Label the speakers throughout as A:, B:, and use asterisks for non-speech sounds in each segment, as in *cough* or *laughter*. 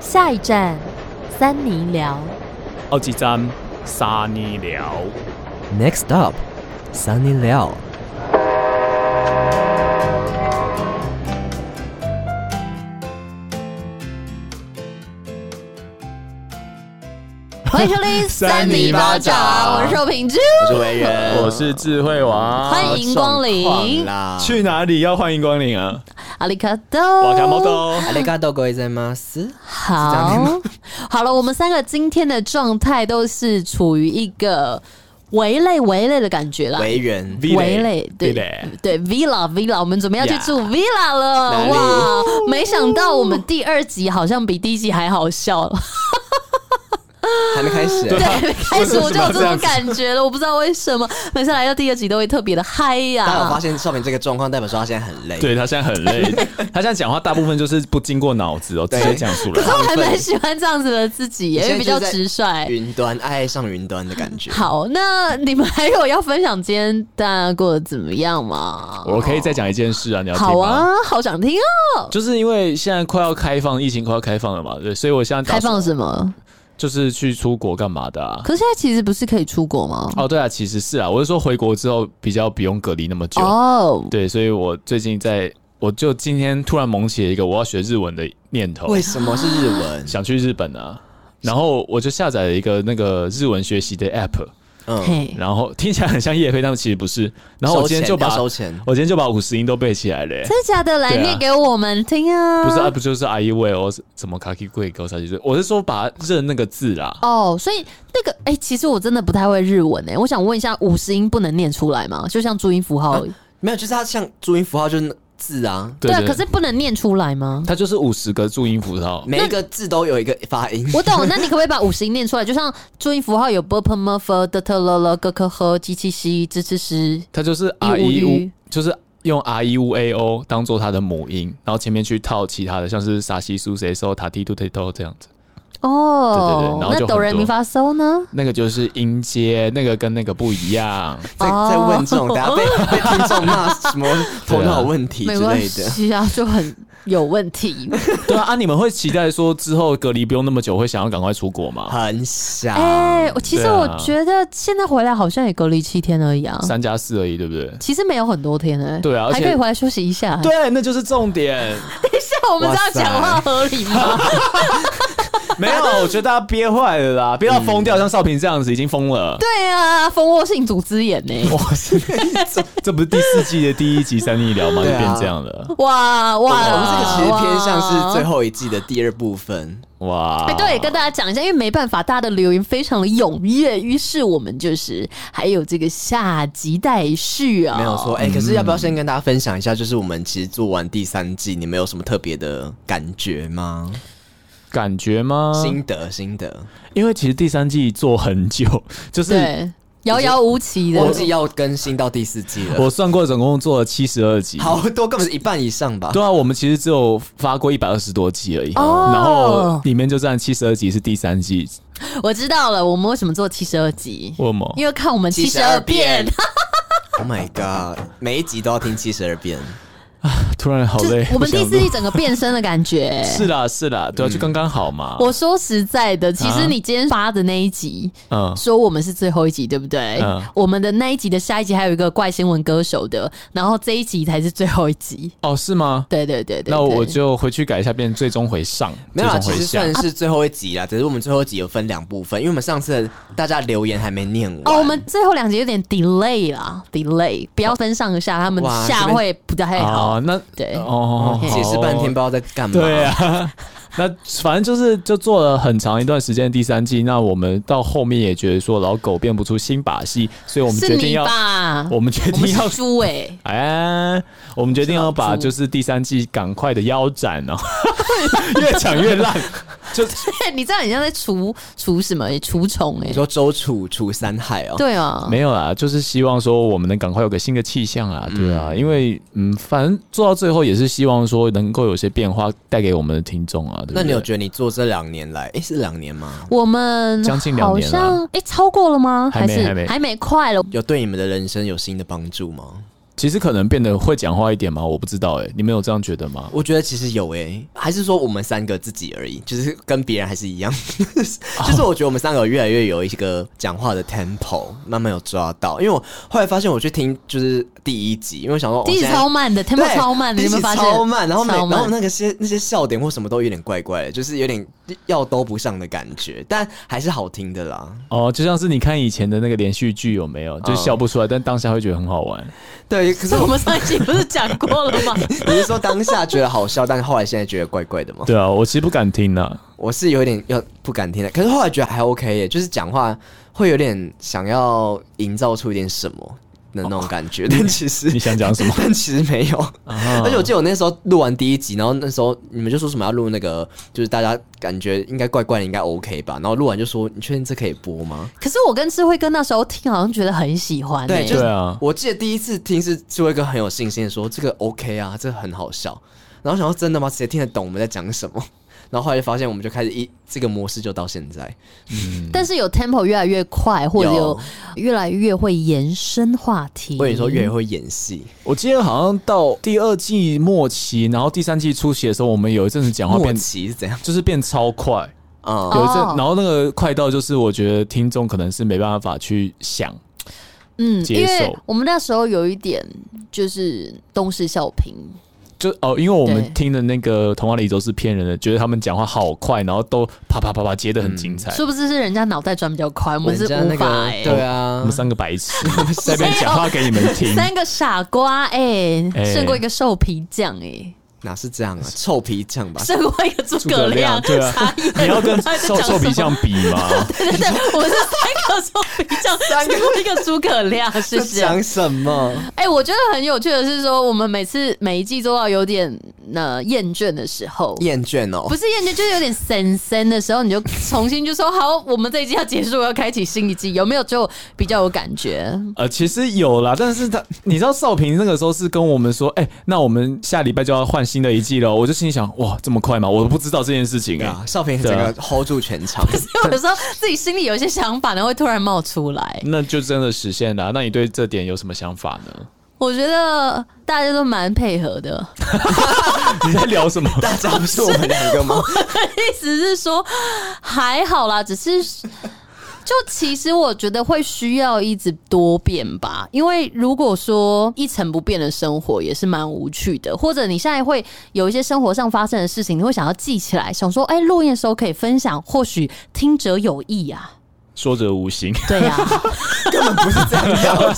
A: 下一站，三尼寮。
B: 奥基站沙尼寮。
C: Next up, Sunny Liao。
A: 欢迎收听
B: 三尼巴掌
A: 我是肉品之，
D: 我是维人，
B: 我是智慧王，
A: 欢迎光临
D: 啦！
B: 去哪里要欢迎光临啊？
A: 阿里卡多。
B: 瓦卡猫
A: 哦
B: 豆，
C: 阿里嘎多，各位在吗？是
A: 好，好了，我们三个今天的状态都是处于一个围累围累的感觉啦。
D: 维人，
A: 围累，对对，villa villa，我们准备要去住 villa 了
D: 哪里
A: 哇！没想到我们第二集好像比第一集还好笑了，
C: 还没开始、
B: 对啊 *laughs*
A: 对，开始我就有这种感觉了，我不知道为什么，每次来到第二集都会特别的嗨呀、
C: 大家有发现少平这个状况，代表说他现在很累。，
B: 对他现在
A: *laughs*
B: 很累，他现在讲话大部分就是不经过脑子哦，直
C: 对
B: 接讲出
A: 可
B: 来
A: 是。我还蛮喜欢这样子的自己耶，因为比较直率。
C: 云端爱上云端的感觉。
A: 好，那你们还有要分享今天大家过得怎么样吗？
B: 我可以再讲一件事啊，你要听吗
A: 好啊，好想听哦。
B: 就是因为现在快要开放，疫情快要开放了嘛，对，所以我现在打
A: 开
B: 算
A: 放什么？
B: 就是去出国干嘛的啊？
A: 可是现在其实不是可以出国吗？
B: 哦，对啊，其实是啊，我是说回国之后比较不用隔离那么久，
A: 哦，
B: 对，所以我最近在，我就今天突然萌起了一个我要学日文的念头，
C: 为什么是日文？
B: 想去日本啊。然后我就下载了一个那个日文学习的 app，
C: 嗯，
A: 嘿，
B: 然后听起来很像叶飞，但其实不是。然后我今天就把
C: 收钱要收钱
B: 我今天就把五十音都背起来了、欸
A: 真的假的？来
B: 对啊
A: 念给我们听啊！
B: 不是啊，不就是啊，因为我什么卡基贵高啥就是，我是说把认那个字啦。
A: 哦，所以那个哎、其实我真的不太会日文哎，我想问一下，五十音不能念出来吗？就像注音符号，
C: 没有，就是他像注音符号就是字啊，
B: 对
A: 啊，
B: 对
A: 可是不能念出来 *laughs* 吗？
B: 它就是五十个注音符号，
C: 每一个字都有一个发音。
A: 我懂，那你可不可以把五十音念出来？就像注音符号有 b p m f d t l l g k h j q x z c x，
B: 它就是 R E
A: 一五
B: U，
A: 一
B: 就是用 R E U A O 当做它的母音，然后前面去套其他的，像是沙西苏谁收塔提杜推都这样子。对对对
A: 哦
B: 然，
A: 那
B: 后就很
A: 哆来
B: 多
A: 咪发嗦呢？
B: 那个就是音阶，那个跟那个不一
C: *laughs*
B: 样。
C: 在
A: 哦
C: 在问这种，等
A: *laughs*
C: 下被被听众骂什么头脑问题
A: 没
C: 之
A: 关
C: 类的。
A: 系啊，就很有问 *laughs* 题。
B: 对啊，啊，你们会期待说之后隔离不用那么久，会想要赶快出国吗？
C: 很想，
A: 哎、我其实
B: 对啊
A: 我觉得现在回来好像也隔离七天而已啊，
B: 三加四而已，对不对？
A: 其实没有很多天哎、
B: 对啊而
A: 还
B: 且
A: 可以回来休息一 *laughs* 下。
B: 对，那就是重点。
A: 等一下，我们这样讲话合理 *laughs* 吗？
B: 没有，我觉得大家憋坏了啦，憋到疯掉，像少平这样子已经疯了。
A: 对啊，蜂窝性组织炎哎呢、
B: 哇，是这不是第四季的第一集三一聊吗？就
C: 对啊
B: 变这样了。
A: *laughs* *laughs* 哇哇，
C: 我们这个其实偏向是最
A: 后。
C: 后一季的第二部分。
B: 哇
A: 哎，，对，跟大家讲一下，因为没办法，大家的留言非常的踊跃，于是我们就是还有这个下集待续啊。
C: 没有说，哎、可是要不要先跟大家分享一下？就是我们其实做完第三季，你们有什么特别的感觉吗？
B: 感觉吗？
C: 心得，心得，
B: 因为其实第三季做很久， *laughs* 就是
A: 对，遥遥无期的
C: 忘。记要更新到第四季了，
B: 我算过，总共做了七十二集。
C: 好多根本是一半以上吧。
B: 对啊，我们其实只有发过一百二十多集而已，
A: 哦
B: 然后里面就占七十二集是第三季，
A: 我知道了，我们为什么做七十二集？
B: 为什么？
A: 因为看我们七十二
C: 72
A: 遍，
C: *laughs* ，Oh my god，每一集都要听七十二遍，
B: 突然好
A: 就是
B: 累。
A: 我们
B: 不想
A: 第
B: 录
A: 四季整个变身的感觉。
B: 是啦是啦，对啊，就刚刚好嘛。
A: *laughs* 我说实在的，其实你今天发的那一集，
B: 嗯，
A: 说我们是最后一集，对不对？
B: 嗯
A: 我们的那一集的下一集还有一个怪新闻歌手的，然后这一集才是最后一集。
B: 哦是吗？
A: 对对对对
B: 那
A: 对
B: 我
A: 啊
B: 就回去改一下，变最终回上，
C: *laughs* 没
B: 最
C: 有啦，啊
B: 终回
C: 其实
B: 下。啊
C: 算是最后一集啦。只是我们最后一集有分两部分，因为我们上次大家留言还没念完。
A: 哦，我们最后两集有点 delay 啦，delay 不要分上下，他们
C: 哇
A: 下
C: 这边
A: 会不太好。
B: 哦，那
A: 对
B: 哦，
A: OK
B: 好
C: 解释半天不知道在干嘛。
B: *laughs* 对啊，那反正就是就做了很长一段时间的第三季。那我们到后面也觉得说老狗变不出新把戏，所以我们
A: 是
B: 决定
A: 你
B: 要，
A: 吧？
B: 我们决
A: 我们
B: 定要
A: 是。猪哎，
B: *laughs* 哎，我们决定要把就是第三季赶快的腰斩哦， *laughs* 越讲越
A: *laughs*
B: 烂，就
A: *laughs* 你这样很像在除除什么除虫哎
C: 你？说周楚除三害哦，
A: 对啊，
B: 没有啦，就是希望说我们能赶快有个新的气象啦，对啊，因为嗯，反正做到最后也是希望说能够有些变化带给我们的听众啊。对不对
C: 那你有觉得你做这两年来，诶，是两年吗？
A: 我们
B: 将近两年了
A: 好像哎、超过了吗？
B: 还没
A: 是
B: 还没
A: 还没快了？
C: 有对你们的人生有新的帮助吗？
B: 其实可能变得会讲话一点吗？我不知道哎、你们有这样觉得吗？
C: 我觉得其实有诶、还是说我们三个自己而已，就是跟别人还是一样。 *laughs* 就是我觉得我们三个越来越有一个讲话的 tempo，慢慢有抓到。因为我后来发现，我去听就是第一集，因为我想说，我
A: 第一集
C: 现在
A: 超慢的
C: 对
A: ，tempo 超慢的，你有没有
C: 第一
A: 发
C: 集
A: 现？
C: 超慢，然后每
A: 超
C: 然后
A: 慢。
C: 那个些那些笑点或什么都有点怪怪的，就是有点要兜不上的感觉，但还是好听的啦。
B: 哦，就像是你看以前的那个连续剧有没有，就
C: 嗯
B: 笑不出来，但当下会觉得很好玩。
C: 对，可
A: *laughs*
C: 是
A: 这我
C: 我
A: 们上一集不是讲过了吗？ *laughs*
C: 你是说当下觉得好笑，但后来现在觉得怪怪的吗？
B: 对啊，我其实不敢听啊呐、 *laughs*
C: 我是有点要不敢听的，可是后来觉得还 OK 耶，就是讲话会有点想要营造出一点什么的那种感觉，但其实
B: 哦你想讲什么
C: 但其实没有。
B: *laughs* 啊
C: 而且我记得我那时候录完第一集，然后那时候你们就说什么要录那个，就是大家感觉应该怪怪的，应该 OK 吧？然后录完就说：“你确定这可以播吗
A: 可是我跟智慧哥那时候听，好像觉得很喜欢、欸。
C: 对就是
B: 对啊？”，
C: 我记得第一次听是智慧哥很有信心的说：“这个 OK 啊，这个很好笑。”然后想说：“真的吗？谁听得懂我们在讲什么？” *laughs* 然后后来就发现，我们就开始一这个模式就到现在。
A: 但是有 tempo 越来越快，或者有
C: 嗯有
A: 越来越会延伸话
B: 嗯
A: 题。
C: 我跟你说，越会演戏，
B: 我记得好像到第二季末期，然后第三季初期的时候，我们有一阵子讲话
C: 默
B: 变
C: 契是怎样？
B: 就是变超快，
C: 啊、
A: 哦
B: 有一阵，然后那个快到就是我觉得听众可能是没办法去想，
A: 嗯，
B: 接
A: 因为
B: 受
A: 我们那时候有一点就是东施效颦，
B: 就哦，因为我
A: 对
B: 们听的那个《童话里都是骗人的》，觉得他们讲话好快，然后都啪啪啪啪接的很精彩。
A: 殊不知是人家脑袋转比较快，我们是
C: 人家那
A: 无
C: 个
A: 法哎、
C: 对啊，
B: 我们三个白 *laughs* 痴在那边讲话给你们听，
A: 三个傻瓜哎、
B: 哎
A: 胜过一个瘦皮匠哎、
C: 哪是这样啊？臭皮匠吧？
A: 胜过一个诸葛亮，
B: 对
A: *laughs*
B: 啊
A: 傻眼，
B: 你要跟
A: 他在
B: 臭
A: 讲
B: 臭皮
A: 什么
B: 匠比吗？
A: 对对对， *laughs* 我们是三个臭皮匠，
C: 三个
A: 胜过一个诸葛亮，是
C: 在
A: 不是？
C: 讲什么？
A: 哎、我觉得很有趣的是说，我们每次每一季做到有点呃厌倦的时候，
C: 厌倦哦
A: 不，是厌倦，就是有点神神的时候，你就重新就说好，我们这一季要结束，要开启新一季，有没有就比较有感觉？ *laughs*
B: 呃，其实有啦，但是他你知道少平那个时候是跟我们说，哎、那我们下礼拜就要换新的一季了，我就心里想，哇，这么快吗？我不知道这件事情
C: 对
B: 哎、
C: 啊，少平整个 hold 住全场，
A: 所以有时候自己心里有一些想法，然后会突然冒出来。
B: 那就真的实现了啊。那你对这点有什么想法
A: *laughs*
B: 呢？
A: 我觉得大家都蛮配合的，
B: 你在聊什么？
C: 大家不是我们两个
B: *laughs*
C: 吗？
A: *laughs* 意思是说还好啦，只是就其实我觉得会需要一直多变吧，因为如果说一成不变的生活也是蛮无趣的，或者你现在会有一些生活上发生的事情，你会想要记起来，想说，哎、录音的时候可以分享，或许听者有意啊。
B: *laughs* 说者无心，
A: 对呀、啊，
C: 根本不是这样的。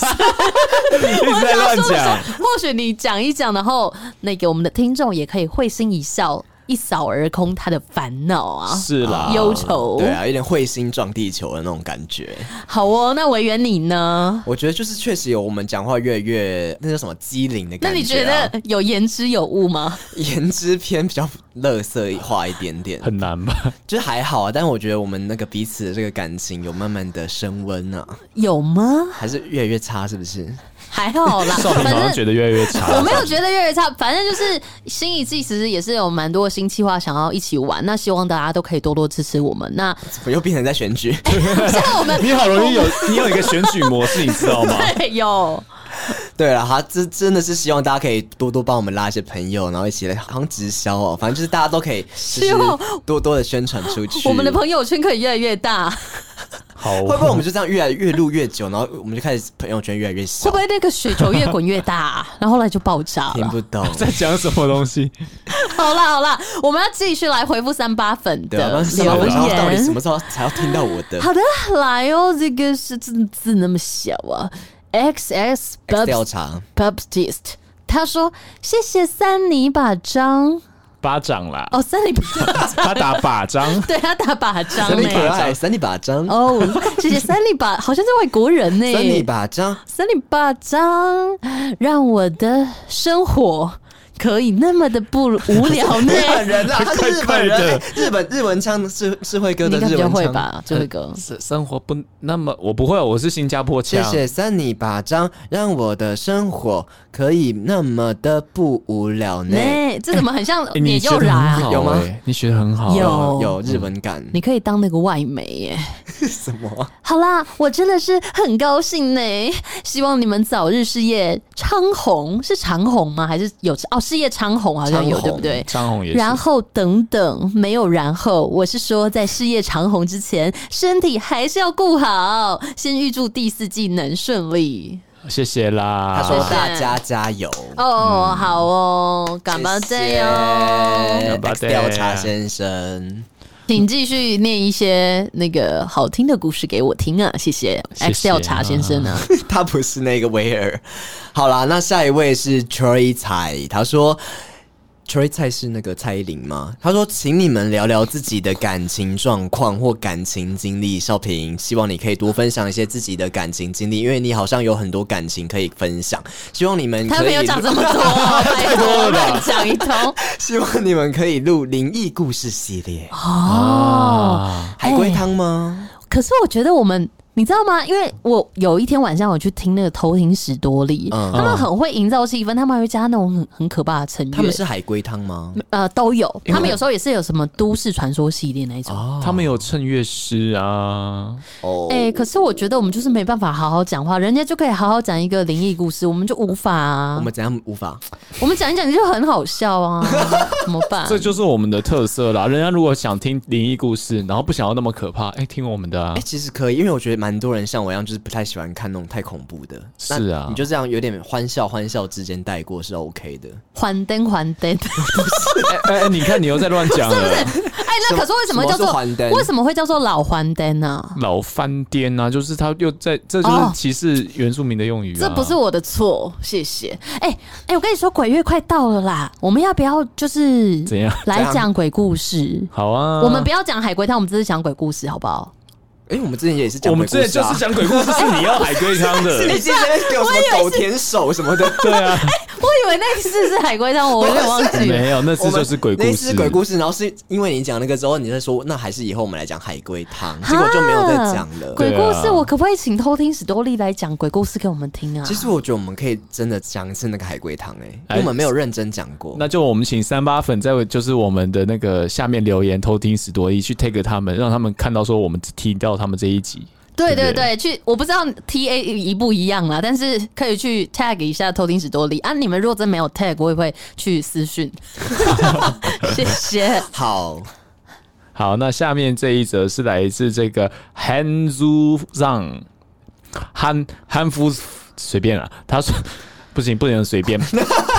A: *laughs*
B: 一直在乱讲。
A: 或许你讲一讲，然后那个我们的听众也可以会心一笑，一扫而空他的烦恼啊、
B: 是啦，
A: 忧愁。
C: 对啊，有点彗星撞地球的那种感觉。
A: 好哦，那维园你呢？
C: 我觉得就是确实有我们讲话越来越那叫什么机灵的
A: 那
C: 感觉、啊。
A: 你觉得有言之有物吗？
C: 言之偏比较乐色化一点点，
B: 很
A: *laughs*
B: 难吧？
C: 就是还好啊。但我觉得我们那个彼此的这个感情有慢慢的升温啊，
A: *laughs* 有吗？
C: 还是越来越差，是不是？
A: 还好
C: *laughs*
A: 啦，
B: 少平好像
A: 反
B: 觉
A: 正。
B: 得越来越差。
A: 我没有觉得越来越差，反正就是新一季其实也是有蛮多新计划想要一起玩，那希望大家都可以多多支持我们。那
C: 怎么又变成在选举？ *laughs*
A: 现在我们
B: 你好容易有你有一个选举模式，你
A: *laughs*
B: 知道吗？
A: 对哎有
C: 对了，哈，这真的是希望大家可以多多帮我们拉一些朋友，然后一起来好像直销哦，反正就是大家都可以，就是
A: 希望
C: 多多的宣传出去。
A: 哦我们的朋友圈可以越来越大，
B: 好，
C: 会不会我们就这样越来越录越久，然后我们就开始朋友圈越来越
A: 会
C: 小
A: 不？会那个雪球越滚越大，啊 *laughs* 然后后来就爆炸
C: 听
A: 了？
C: 不懂，
B: *laughs* 在讲什么东西？
A: 好啦好啦，我们要继续来回复三八粉
C: 对啊，
A: 的
C: 但是我
A: 留
C: 不知道到底
A: 言
C: 什。么时候才要听到我的
A: 好的，来哦，这个是字字那么小啊，X S
C: X
A: Bubs
C: 调查？
A: Baptist，他说：“谢谢三里把张
B: 巴掌啦，
A: 哦，三里把
B: 他打巴掌
A: *laughs* ，对他打把张
C: 三里
A: 呢。
C: 把张，三里把张，
A: 哦，谢谢三里把，好像是外国人呢。
C: 三里把张，
A: 三里把张，让我的生活可以那么的不无聊
C: *laughs*
A: 呢？
C: 日本人啦，他是日
B: 怪
C: 本
B: 怪
C: 人哎
B: 的，
C: 日本日文腔是是会歌
A: 你
C: 的
A: 应该
C: 日
A: 比较
C: 文
A: 会
C: 腔。
A: 吧，这位哥。
B: 生生活不那么，我不会，我是新加坡
C: 谢
B: 腔。
C: 谢三你把章，让我的生活可以那么的不无聊呢。
A: 哎，这怎么很像
B: 诶
A: 你
B: 你
A: 又
B: 学得
A: 来
B: 很好、
A: 啊？
B: 欸，
C: 有吗
B: 你学的很好、啊
A: 有哦
C: 有日文感，
A: 你可以当那个外媒耶。
C: *laughs* 什么？
A: 好啦，我真的是很高兴呢，希望你们早日事业昌宏，是长虹吗？还是有哦？事业昌宏好像有，
C: 昌
A: 对
C: 宏
A: 不对？
B: 张红也是。
A: 然后等等，没有然后，我是说在事业长虹之前，身体还是要顾好。先预祝第四季能顺利
B: 谢谢啦。
C: 他说
A: 谢谢
C: 大家加油。
A: 哦，好哦，干巴
C: 谢
A: 这
C: 谢
A: 哟，
B: 干巴
C: X
B: 爹
C: 调查先生，
A: 请继续念一些那个好听的故事给我听啊，谢谢
B: 谢谢
A: X 调查先生啊，
C: *laughs* 他不是那个威尔。好啦，那下一位是 Troy 蔡，他说。Troy 蔡是那个蔡依林吗？他说：“请你们聊聊自己的感情状况或感情经历。”少平，希望你可以多分享一些自己的感情经历，因为你好像有很多感情可以分享。希望你们可以
A: 他没有讲这么多，拜托乱讲一通
C: *laughs* 希望你们可以录灵异故事系列，
A: 哦。
B: 啊，
C: 海龟汤吗？
A: 可是我觉得我们。你知道吗？因为我有一天晚上我去听那个偷听史多利，
C: 嗯
A: 他们很会营造气氛，他们还会加那种很很可怕的成语，
C: 他们是海龟汤吗？
A: 呃都有，他们有时候也是有什么都市传说系列那一种。
B: 他们有趁乐师啊，
C: 哦，
A: 哎、可是我觉得我们就是没办法好好讲话，人家就可以好好讲一个灵异故事，我们就无法啊。
C: 我们怎样无法？
A: 我们讲一讲就很好笑 *laughs* 啊，怎么办？
B: 这就是我们的特色啦。人家如果想听灵异故事，然后不想要那么可怕，哎、听我们的啊
C: 哎、。其实可以，因为我觉得蛮多人像我一样，就是不太喜欢看那种太恐怖的。那
B: 是啊
C: 你就这样有点欢笑欢笑之间带过是 OK 的。
A: 还灯还灯， *laughs*
B: 哎哎、哎你看你又在乱讲了，
A: 哎，那 *laughs* 可是为什么
C: 什么
A: 叫
C: 是
A: 做
C: 还灯
A: 为什么会叫做老还灯呢、
B: 老翻颠啊，就是他又在，这就是歧视原住民的用语、啊
A: 哦这不是我的错，谢谢。哎、哎、我跟你说，鬼月快到了啦，我们要不要就是
B: 怎样？
A: 来
C: 怎
A: 讲鬼故事？
B: 好啊，
A: 我们不要讲海龟汤，我们只是讲鬼故事，好不好？
C: 哎、我们之前也是讲、
B: 我
C: 鬼
B: 们之前
C: 故事
B: 就
C: 啊
B: 是，讲鬼故事，是你要海龟汤
A: *laughs*
B: 的
C: *laughs* 你，之前在给我什么狗舔手什么的。
B: *laughs* 对啊，
A: 我以为那一次是海龟汤，我有点忘记了。
B: *laughs* 没有，那次
C: 哎我们
B: 就是鬼故事，
C: 那次是鬼故事，然后是因为你讲那个之后，你在说那还是以后我们来讲海龟汤，结果就没有再讲了。
A: 鬼故事，
B: 对啊
A: 我可不可以请偷听史多利来讲鬼故事给我们听啊？
C: 其实我觉得我们可以真的讲一次那个海龟汤、欸，哎，因
B: 哎
C: 为我们没有认真讲过。
B: 那就我们请三八粉在就是我们的那个下面留言偷听史多利去 take 他们，让他们看到说我们只提到他们这一集。
A: 对
B: 对
A: 对
B: 不对
A: 对，去我不知道 T A 一不一样啦，但是可以去 tag 一下偷听史多利啊。你们如果真没有 tag，我也会去私讯。 *laughs* 谢谢。
C: 好，
B: 好，那下面这一则是来自这个 Han Zu Zhang，韩韩夫随便了，他说。 *laughs* 不行，不能随便。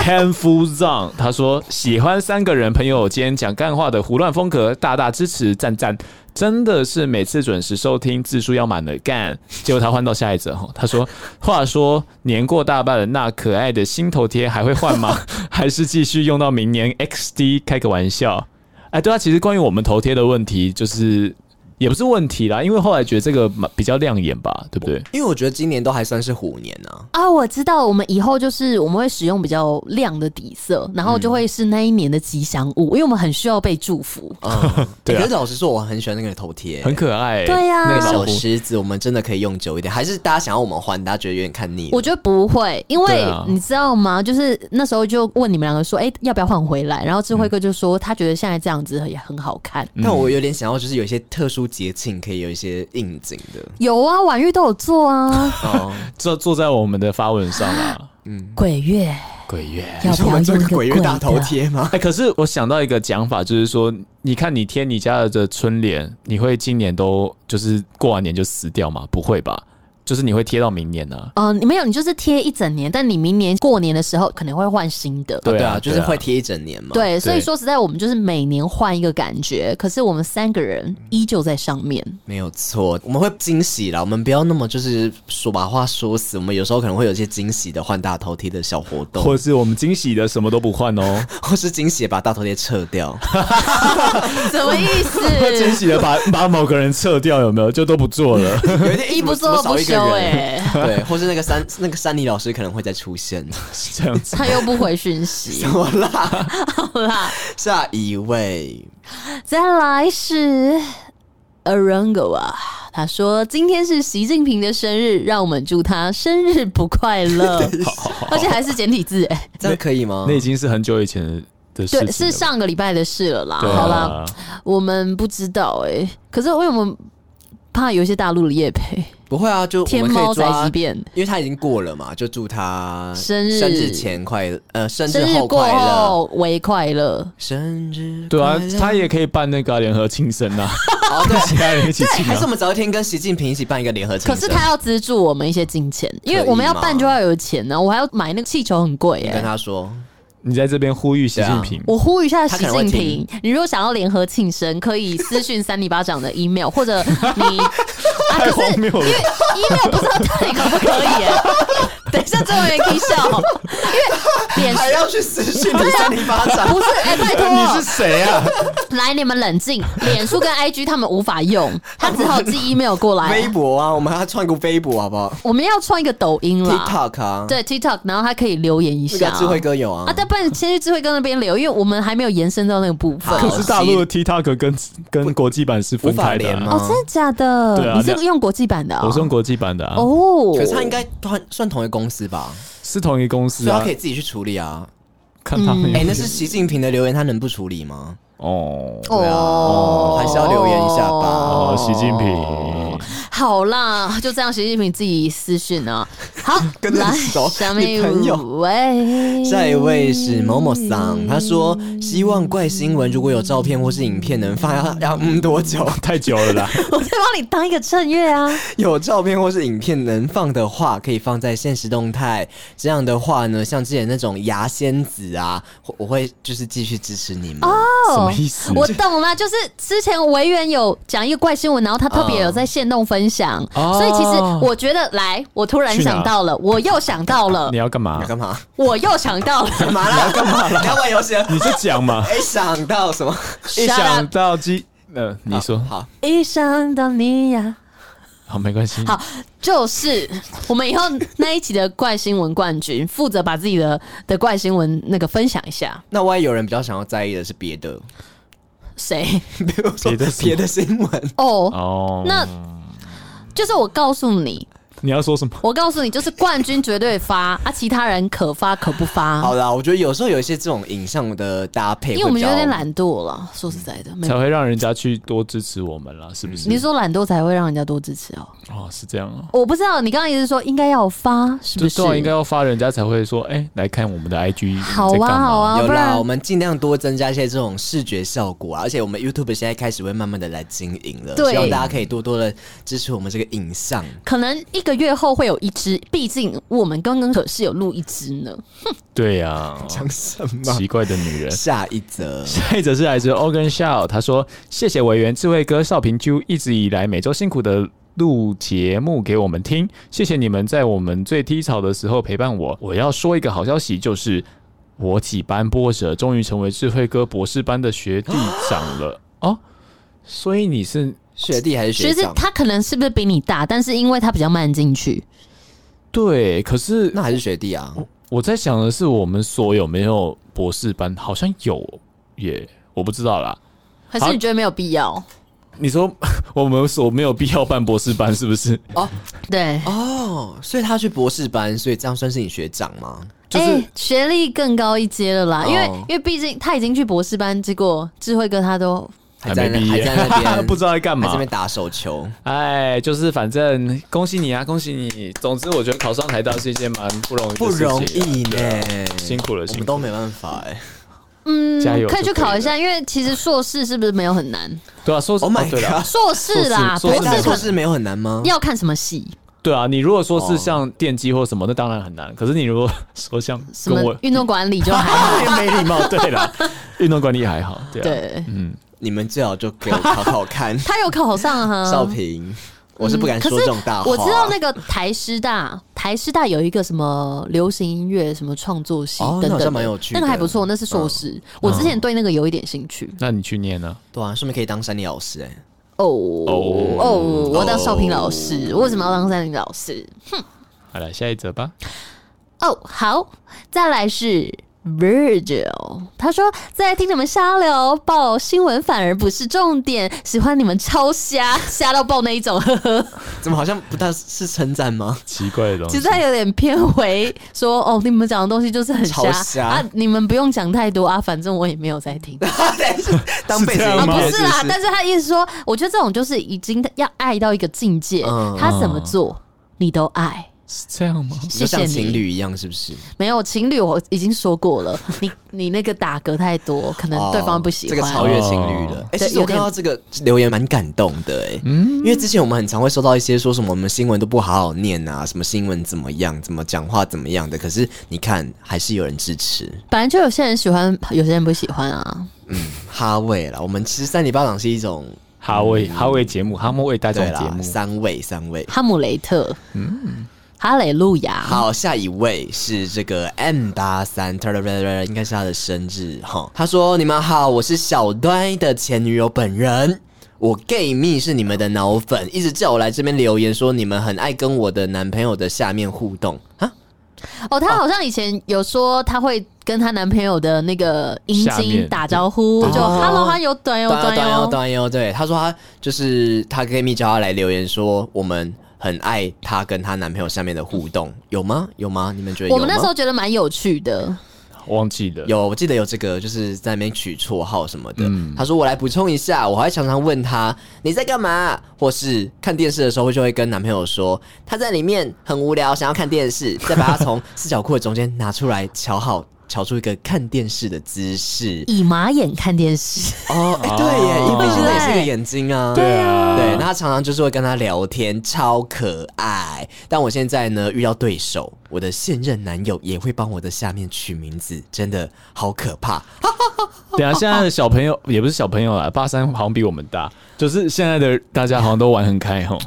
B: Han Fu Zhang 他说喜欢三个人朋友间讲干话的胡乱风格，大大支持，赞赞！真的是每次准时收听，字数要满了干。结果他换到下一则哈，他说：“话说年过大半了，那可爱的心头贴还会换吗？ *laughs* 还是继续用到明年？XD 开个玩笑。”哎，对啊，其实关于我们头贴的问题，就是也不是问题啦，因为后来觉得这个蛮比较亮眼吧，对不对？
C: 因为我觉得今年都还算是虎年啊。
A: 啊，我知道，我们以后就是我们会使用比较亮的底色，然后就会是那一年的吉祥物，因为我们很需要被祝福。
C: *laughs* 嗯，
B: 对啊
C: 可是老实说，我很喜欢那个头贴，
B: 很可爱、
A: 对啊呀
B: 那个老
C: 小
B: 虎
C: 狮子，我们真的可以用久一点。还是大家想要我们换，大家觉得有点看腻了。
A: 我觉得不会，因
B: 对
A: 为
B: 啊
A: 你知道吗？就是那时候就问你们两个说，哎、要不要换回来？然后智慧哥就说，他觉得现在这样子也很好看。
C: 但我有点想要，就是有一些特殊节庆可以有一些应景的。
A: 有啊，婉玉都有做啊。
C: 哦，
B: 坐坐在我们的发文上啊，
A: 鬼月
B: 鬼月。
A: 要
C: 你说
A: 不
C: 我
A: 要
C: 们做
A: 用
C: 一
A: 一
C: 个
A: 个
C: 鬼月大头
A: 的啊
C: 贴吗？
B: 哎、可是我想到一个讲法，就是说，你看你贴你家的春联，你会今年都就是过完年就死掉吗？不会吧？就是你会贴到明年啊。
A: 哦，你没有，你就是贴一整年，但你明年过年的时候可能会换新的。
B: 对啊
C: 啊，就是
B: 对啊
C: 会贴一整年嘛。，
A: 对，所以说实在，我们就是每年换一个感觉，可是我们三个人依旧在上面。
C: 没有错，我们会惊喜啦。我们不要那么就是说把话说死，我们有时候可能会有一些惊喜的换大头贴的小活动，
B: 或是我们惊喜的什么都不换哦，
C: *laughs* 或是惊喜地把大头贴撤
A: *laughs*
C: 掉。
A: 什么意
B: *laughs* 惊
A: 思？
B: 喜的把把某个人撤掉有没有？就都不做了。 *laughs*
C: 有一天
A: 一不做二不休丢
C: 人，
A: 哎、
C: 对，或是那个山那个山里老师可能会再出现。
B: 是这
A: *laughs*
B: 样子。
A: *laughs* 他又不回讯
C: *laughs*
A: 息，
C: 怎么啦？
A: 好啦，
C: 下一位，
A: 再来是 Arango 啊，他说今天是习近平的生日，让我们祝他生日不快
C: *laughs*
A: 乐，而且还是简体字哎、
C: 这样可以吗
B: 那？已经是很久以前的事情了
A: 对，是上个礼拜的事了啦。
B: 对啊
A: 好啦，我们不知道哎、可是为什么怕有一些大陆的业配？
C: 不会啊，就我
A: 天
C: 们可
A: 猫
C: 以
A: 宅
C: 抓
A: 急，便，
C: 因为他已经过了嘛，就祝他
A: 生日
C: 生日前快乐，呃，生
A: 生日
C: 后
A: 过
C: 快乐，
A: 后为快乐。
C: 生日
B: 对啊
C: 快，乐
B: 他也可以办那个啊联合庆生啊，。
C: 嗯 *laughs* 哦对
B: 其他人一起庆
C: 还是我
B: 啊。
C: 们早一天跟习近平一起办一个联合庆
A: 可
C: 生，
A: 是他要资助我们一些金钱，因为我们要办就要有钱呢、我还要买那个气球很贵
C: 你
A: 哎、
C: 跟他说，
B: 你在这边呼吁习近平，
A: 我呼吁一下习
C: 他可
A: 近
C: 能会
A: 平
C: 听，
A: 你如果想要联合庆生，可以私讯三里巴掌的 email，或者
C: *laughs*
A: 你啊，可
B: 太
A: 是
B: 荒谬了。
A: email 不知道到底可不可以、
C: *laughs*
A: 欸？等一下，这位可以笑，因为脸
C: 还要去私讯你扇你
A: *laughs*
C: 巴掌， *laughs*
A: 不是哎、拜托，
B: 你是谁啊？
A: 来，你们冷静，脸书跟 IG 他们无法用，他只好寄 email 过
C: *laughs* 微
A: 来。
C: 博啊，我们还要创一个微博好不好
A: 我们要创一个抖音啦，
C: ？TikTok 啊，，
A: *laughs* 对 TikTok，然后他可以留言一
C: 那
A: 下。
C: 个智慧哥有
A: 啊
C: 啊，，
A: 但不然先去智慧哥那边留，因为我们还没有延伸到那个部分。
B: *laughs*
C: 好
B: 可是大陆的 TikTok 跟跟国际版是分开的
C: 哦无法连
B: 啊、
C: 吗
A: 哦，真的假的？
B: 对啊
A: 你是用国际版的、哦？
B: 我是用国际版的啊，
A: 哦，
C: 可是他应该算算同一个公司吧，
B: 是同一个公司
C: 所以他
B: 啊
C: 可以，自己去处理啊。
B: 看他们
C: 哎，那是习近平的留言，他能不处理吗？
B: 哦
A: 哦
C: 对啊，还是要留言一下吧。
B: 哦，习近
C: 哦
B: 平，
A: 好啦，就这样，习近平自己私讯啊。好，
C: *laughs* 跟着
A: 来，
C: 你熟
A: 下面
C: 你朋友
A: 一位，
C: 下一位是某某桑，他说希望怪新闻如果有照片或是影片能发要要嗯多久？
B: 太久了
C: *laughs*
B: 啦，
A: *laughs* 我在帮你当一个正月啊。
C: 有照片或是影片能放的话，可以放在现实动态。这样的话呢，像之前那种牙仙子啊，我我会就是继续支持你们。
A: 啊
C: *laughs*
B: 什么意思？
A: 哦我懂了，就是之前维园有讲一个怪新闻，然后他特别有在线动分享，
B: 哦
A: 所以其实我觉得，来，我突然想到了，我又想到了
B: 你，要干
C: 你
B: 嘛
C: 要？干嘛？
A: 我又想到了，
C: 干嘛啦？要干嘛啦？要玩游戏？，
B: 你就讲嘛
C: *laughs* 哎，想到什么？
B: *laughs* 一
A: Shut
B: 想
A: up，
B: 到鸡，呃，你说
C: 好，
A: 一想到你呀、
B: 好，没关系，
A: 好，就是我们以后那一集的怪新闻冠军，负责把自己的的怪新闻那个分享一下，
C: 那万一有人比较想要在意的是别的，
A: 谁？
C: 比如说
B: 别的什么
C: 别的新闻，
A: 哦、
B: 哦，
A: 那就是我告诉你，
B: 你要说什么？
A: 我告诉你，就是冠军绝对发啊，其他人可发可不发。
C: 好啦，我觉得有时候有一些这种影像的搭配，
A: 因为我们有点，懒惰了，说实在的，没
B: 嗯才会让人家去多支持我们啦，是不是？
A: 你是说懒惰才会让人家多支持哦？
B: 哦，是这样哦。
A: 我不知道，你刚刚一直说应该要发，是
B: 就
A: 不
B: 对啊，
A: 是？
B: 应该要发人家才会说，哎、来看我们的 IG
A: 好啊
B: 在干嘛
A: 好啊
C: 有
A: 不
C: 啦，
A: 然
C: 我们尽量多增加一些这种视觉效果啊，而且我们 YouTube 现在开始会慢慢的来经营了，
A: 对
C: 希望大家可以多多的支持我们这个影像。
A: 可能一个月后会有一支，毕竟我们刚刚可是有录一支呢。
B: 对呀、
C: 讲什么？
B: 奇怪的女人。
C: 下一则，
B: 下一则是来自 Ogan Shaw，他说：“谢谢委员智慧哥少平啾一直以来每周辛苦的录节目给我们听，谢谢你们在我们最低潮的时候陪伴我。我要说一个好消息，就是我几班波折终于成为智慧哥博士班的学弟长了哦。所以你是
C: 学弟还是
A: 其
C: 学
A: 实
C: 长？
A: 他可能是不是比你大，但是因为他比较慢进去，
B: 对，可是
C: 那还是学弟啊？
B: 我在想的是，我们所有没有博士班，好像有耶，我不知道啦。
A: 还是
B: 好
A: 你觉得没有必要？
B: 你说 *laughs* 我们所没有必要办博士班，是不是？
A: 对，
C: 哦，所以他去博士班，所以这样算是你学长吗？
B: 就是
A: 哎学历更高一阶了啦，因为
C: 哦
A: 因为毕竟他已经去博士班，结果智慧哥他都
C: 还在那
B: 没毕
C: 还
B: 业，
C: 在那边，
B: *laughs* 不知道在干
C: 还在那
B: 嘛
C: 边。打手球。
B: 哎，就是反正恭喜你啊，恭喜你。总之，我觉得考上台大是一件蛮不容易的
C: 不
B: 事情啊
C: 容易呢，
B: 辛苦了，
C: 我
B: 辛
C: 们
B: 苦
C: 都
B: 了。
C: 没办法哎。
A: 嗯
B: 加油
A: 可以去
B: 就可以
A: 考一
B: 了
A: 下，因为其实硕士是不是没有很难？
B: 对啊，说是
C: Oh
B: 哦
C: my
B: 对了，
C: god！
A: 硕士啦，
B: 硕
A: 博
B: 士
A: 士
B: 硕士
A: 可
C: 硕
A: 能
C: 士没有很难吗？
A: 要看什么系。
B: 对啊，你如果说是
C: 哦
B: 像电机或什么，那当然很难。可是你如果说
C: *laughs*
B: 像
A: 什
B: 跟
A: 么
B: 我
A: 运动管理就还好。
B: 太没礼貌，对啦，运动管理还好，对啊，
A: 对，
C: 嗯你们最好就给我考考看。
A: 他有考上哈、
C: 少平，我是不敢说
A: 嗯可
C: 这
A: 是
C: 种大话。
A: 我知道那个台师大，台师大有一个什么流行音乐什么创作系
C: 哦
A: 等
C: 那
A: 等
C: 好
A: 的，
C: 像蛮有趣的嗯
A: 那个还不错，那是硕士。我之前对那个有一点兴趣。
B: 那你去念呢？
C: 对啊，顺便可以当山里老师哎。
A: 哦哦，我要当少平老
C: 哦
A: 师，我为什么要当三林老师？
B: 好了，下一则吧。
A: 哦，好，再来是 Virgil，他说在听你们瞎聊报新闻反而不是重点，喜欢你们超瞎瞎到爆那一
C: *laughs*
A: 种，呵呵。
C: 怎么好像不大是称赞吗？
A: *laughs*
B: 奇怪的东
A: 其
B: 西
A: 实，他有点偏回说哦，你们讲的东西就是很瞎
C: 超瞎
A: 啊，你们不用讲太多啊，反正我也没有在
C: *laughs*
A: 听。
C: 当背景
B: 是这
A: 啊，
B: 样
C: 音
B: 吗
A: 不
C: 乐
A: 是啦，
C: 不
A: 但是他意思说，我觉得这种就是已经要爱到一个境界，
C: 嗯
A: 他怎么做你都爱。
B: 是这样吗？
A: 谢
C: 就
A: 谢
C: 像情
A: 你。
C: 侣一样，是不是？
A: 没有情侣，我已经说过了，你你那个打嗝太多，可能嗯对方不喜
C: 哦这
A: 欢。
C: 个超越情侣了
B: 哦。
C: 哎、
A: 对
C: 其实我
A: 有
C: 看
A: 点
C: 到这个留言蛮感动的、哎，
B: 嗯
C: 因为之前我们很常会收到一些说什么我们新闻都不好好念啊，什么新闻怎么样，怎么讲话怎么样的，可是你看还是有人支持
A: 本来就有些人喜欢，有些人不喜欢啊。
C: 哈味啦。我们其实三里巴掌是一种
B: 哈维哈维节目，哈莫为大众
C: 嗯对
B: 节
C: 啦，
B: 目，
C: 三位三位。
A: 哈姆雷特，嗯，哈雷路亚，
C: 好，下一位是这个 M 八三，应该是他的生日哈。他说：“你们好，我是小端的前女友本人。”我 gay 蜜是你们的脑粉，一直叫我来这边留言说你们很爱跟我的男朋友的下面互动啊，
A: 哦，她好像以前有说她会跟她男朋友的那个阴
B: 下
A: 茎
B: 面
A: 打招呼，
C: 对
A: 就
C: 哦
A: “hello，哈有短有短
C: 端哟
A: 哟
C: 端哟，对，他说他就是他 gay 蜜叫他来留言说我们很爱他跟她男朋友下面的互动，有吗？有吗？你们觉得”。有
A: 我
C: 吗？
A: 们那时候觉得蛮有趣的，
B: 忘记了。
C: 有，我记得有这个，就是在那边取绰号什么的。
B: 嗯
C: 他说我来补充一下，我还常常问他你在干嘛，或是看电视的时候就会跟男朋友说他在里面很无聊，想要看电视，再把他从四角裤的中间拿出来瞧好。瞧出一个看电视的
B: *laughs*
C: 姿势
A: 以马眼看电
C: *laughs*
A: 视，
C: 哦，哎、对耶，因为毕竟那也是一个眼睛啊，
B: 对啊，
C: 对，那他常常就是会跟他聊天，超可爱。但我现在呢遇到对手，我的现任男友也会帮我的下面取名字，真的好可怕。
B: 等一下现在的小朋
C: *laughs*
B: 友也不是小朋友啦，八三好像比我们大，就是现在的大家好像都玩很开
C: *laughs*
B: 吼。